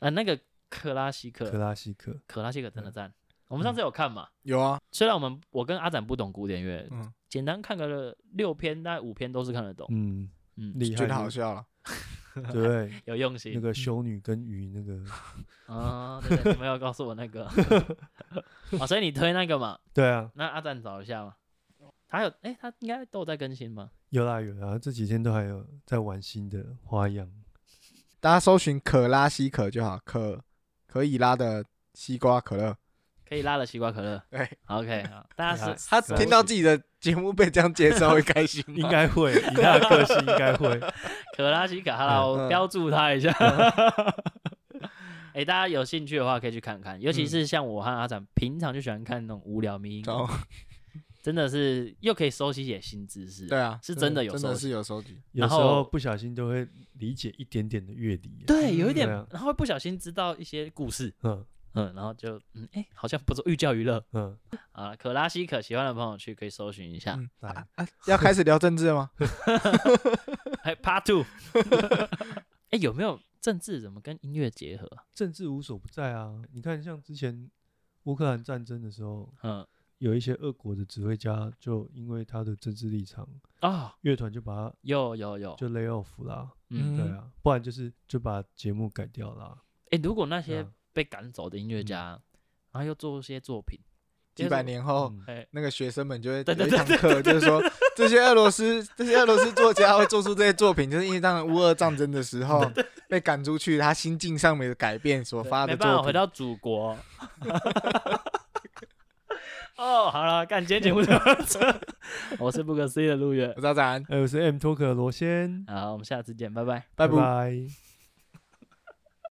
Speaker 1: 啊，那个克拉西克
Speaker 3: 克，拉西克，
Speaker 1: 可拉西克真的
Speaker 2: 嗯
Speaker 1: 赞。我们上次有看嘛？
Speaker 2: 有啊，
Speaker 1: 虽然我们我跟阿展不懂古典乐，
Speaker 2: 嗯，
Speaker 1: 简单看个六篇，大概五篇都是看得懂。
Speaker 3: 嗯，
Speaker 1: 嗯，
Speaker 3: 厉
Speaker 2: 觉
Speaker 3: 害
Speaker 2: 得好
Speaker 3: 的，
Speaker 2: 笑了。
Speaker 3: 对，
Speaker 1: 有用
Speaker 3: 那
Speaker 1: 心
Speaker 3: 个修女跟鱼那个，
Speaker 1: 啊！对对，你们要告诉我那个啊，所以你推那个嘛？
Speaker 3: 对啊，
Speaker 1: 那阿展找一下嘛。他有哎，他应该都有在更新吗？
Speaker 3: 有啦有啦，这几天都还有在玩新的 花样，
Speaker 2: 大家搜寻可拉西可就好，可可以拉的西瓜可乐。
Speaker 1: 可以拉了西瓜可乐。
Speaker 2: 对
Speaker 1: 好 OK，好大家
Speaker 3: 对啊
Speaker 1: 是
Speaker 2: 他
Speaker 1: 搜
Speaker 2: 听到
Speaker 1: 寻
Speaker 2: 自己的节目被这样介绍会开
Speaker 1: 嗯
Speaker 2: 心
Speaker 3: 应
Speaker 2: 吗？
Speaker 3: 该会，以他的个性应该 会，
Speaker 1: 可拉西卡哈啦，
Speaker 3: 嗯
Speaker 1: 我
Speaker 2: 嗯
Speaker 1: 标注他一下。 哎，大家有兴趣的话可以去看看，尤其
Speaker 2: 嗯哦
Speaker 1: 是像我和阿展，平常就喜欢看那种无聊迷音，
Speaker 2: 然后
Speaker 1: 真的是又可以收集一些新知识。
Speaker 2: 对啊，
Speaker 1: 是真的有
Speaker 2: 真
Speaker 1: 收
Speaker 2: 的
Speaker 1: 集
Speaker 2: 是有收集。
Speaker 3: 有
Speaker 1: 然
Speaker 3: 时候
Speaker 1: 后
Speaker 3: 不小心都会理解一点点的乐理，
Speaker 1: 对，有一
Speaker 2: 嗯
Speaker 1: 点
Speaker 3: 对啊，
Speaker 1: 然后不小心知道一些故事，
Speaker 3: 嗯
Speaker 1: 嗯，然后就嗯，哎、好像不错，寓教于乐
Speaker 3: 嗯，
Speaker 1: 啊。可拉西可喜欢的朋友去可以搜寻一下，
Speaker 2: 嗯
Speaker 3: 来
Speaker 2: 啊啊，要开始聊政治了吗？
Speaker 1: 还 Part Two，哎、有没有政治怎么跟音乐结合啊？
Speaker 3: 政治无所不在啊！你看，像之前乌克兰战争的时候，
Speaker 1: 嗯
Speaker 3: 有一些俄国的指挥家就因为他的政治立场，
Speaker 1: 哦，
Speaker 3: 乐团就把他
Speaker 1: 有有有，
Speaker 3: 就 lay off 啦，
Speaker 1: 嗯，
Speaker 3: 对啊，不然就是就把节目改掉啦。
Speaker 1: 哎、如果那
Speaker 3: 对
Speaker 1: 些
Speaker 3: 啊
Speaker 1: 被赶走的音乐家，然后又做一些作品，
Speaker 2: 几百，年后，
Speaker 3: 嗯
Speaker 1: 哎、
Speaker 2: 那个学生们就会
Speaker 1: 对对
Speaker 2: 有一堂课，就是说这些俄罗斯这些俄罗斯作家会做出这些作品，就是因为当乌俄战争的时候被赶出去，他心境上面的改变所
Speaker 1: 对
Speaker 2: 发
Speaker 1: 没
Speaker 2: 的
Speaker 1: 办法
Speaker 2: 作
Speaker 1: 回
Speaker 2: 品。
Speaker 1: 到祖 国。哦，好了，干今天节目就到这， 我是不可思议的陆月
Speaker 2: 我，是阿展，
Speaker 3: 哎，我是 M Talk 罗先，
Speaker 1: 好，我们下次见，拜拜。
Speaker 2: 拜拜。
Speaker 3: 拜。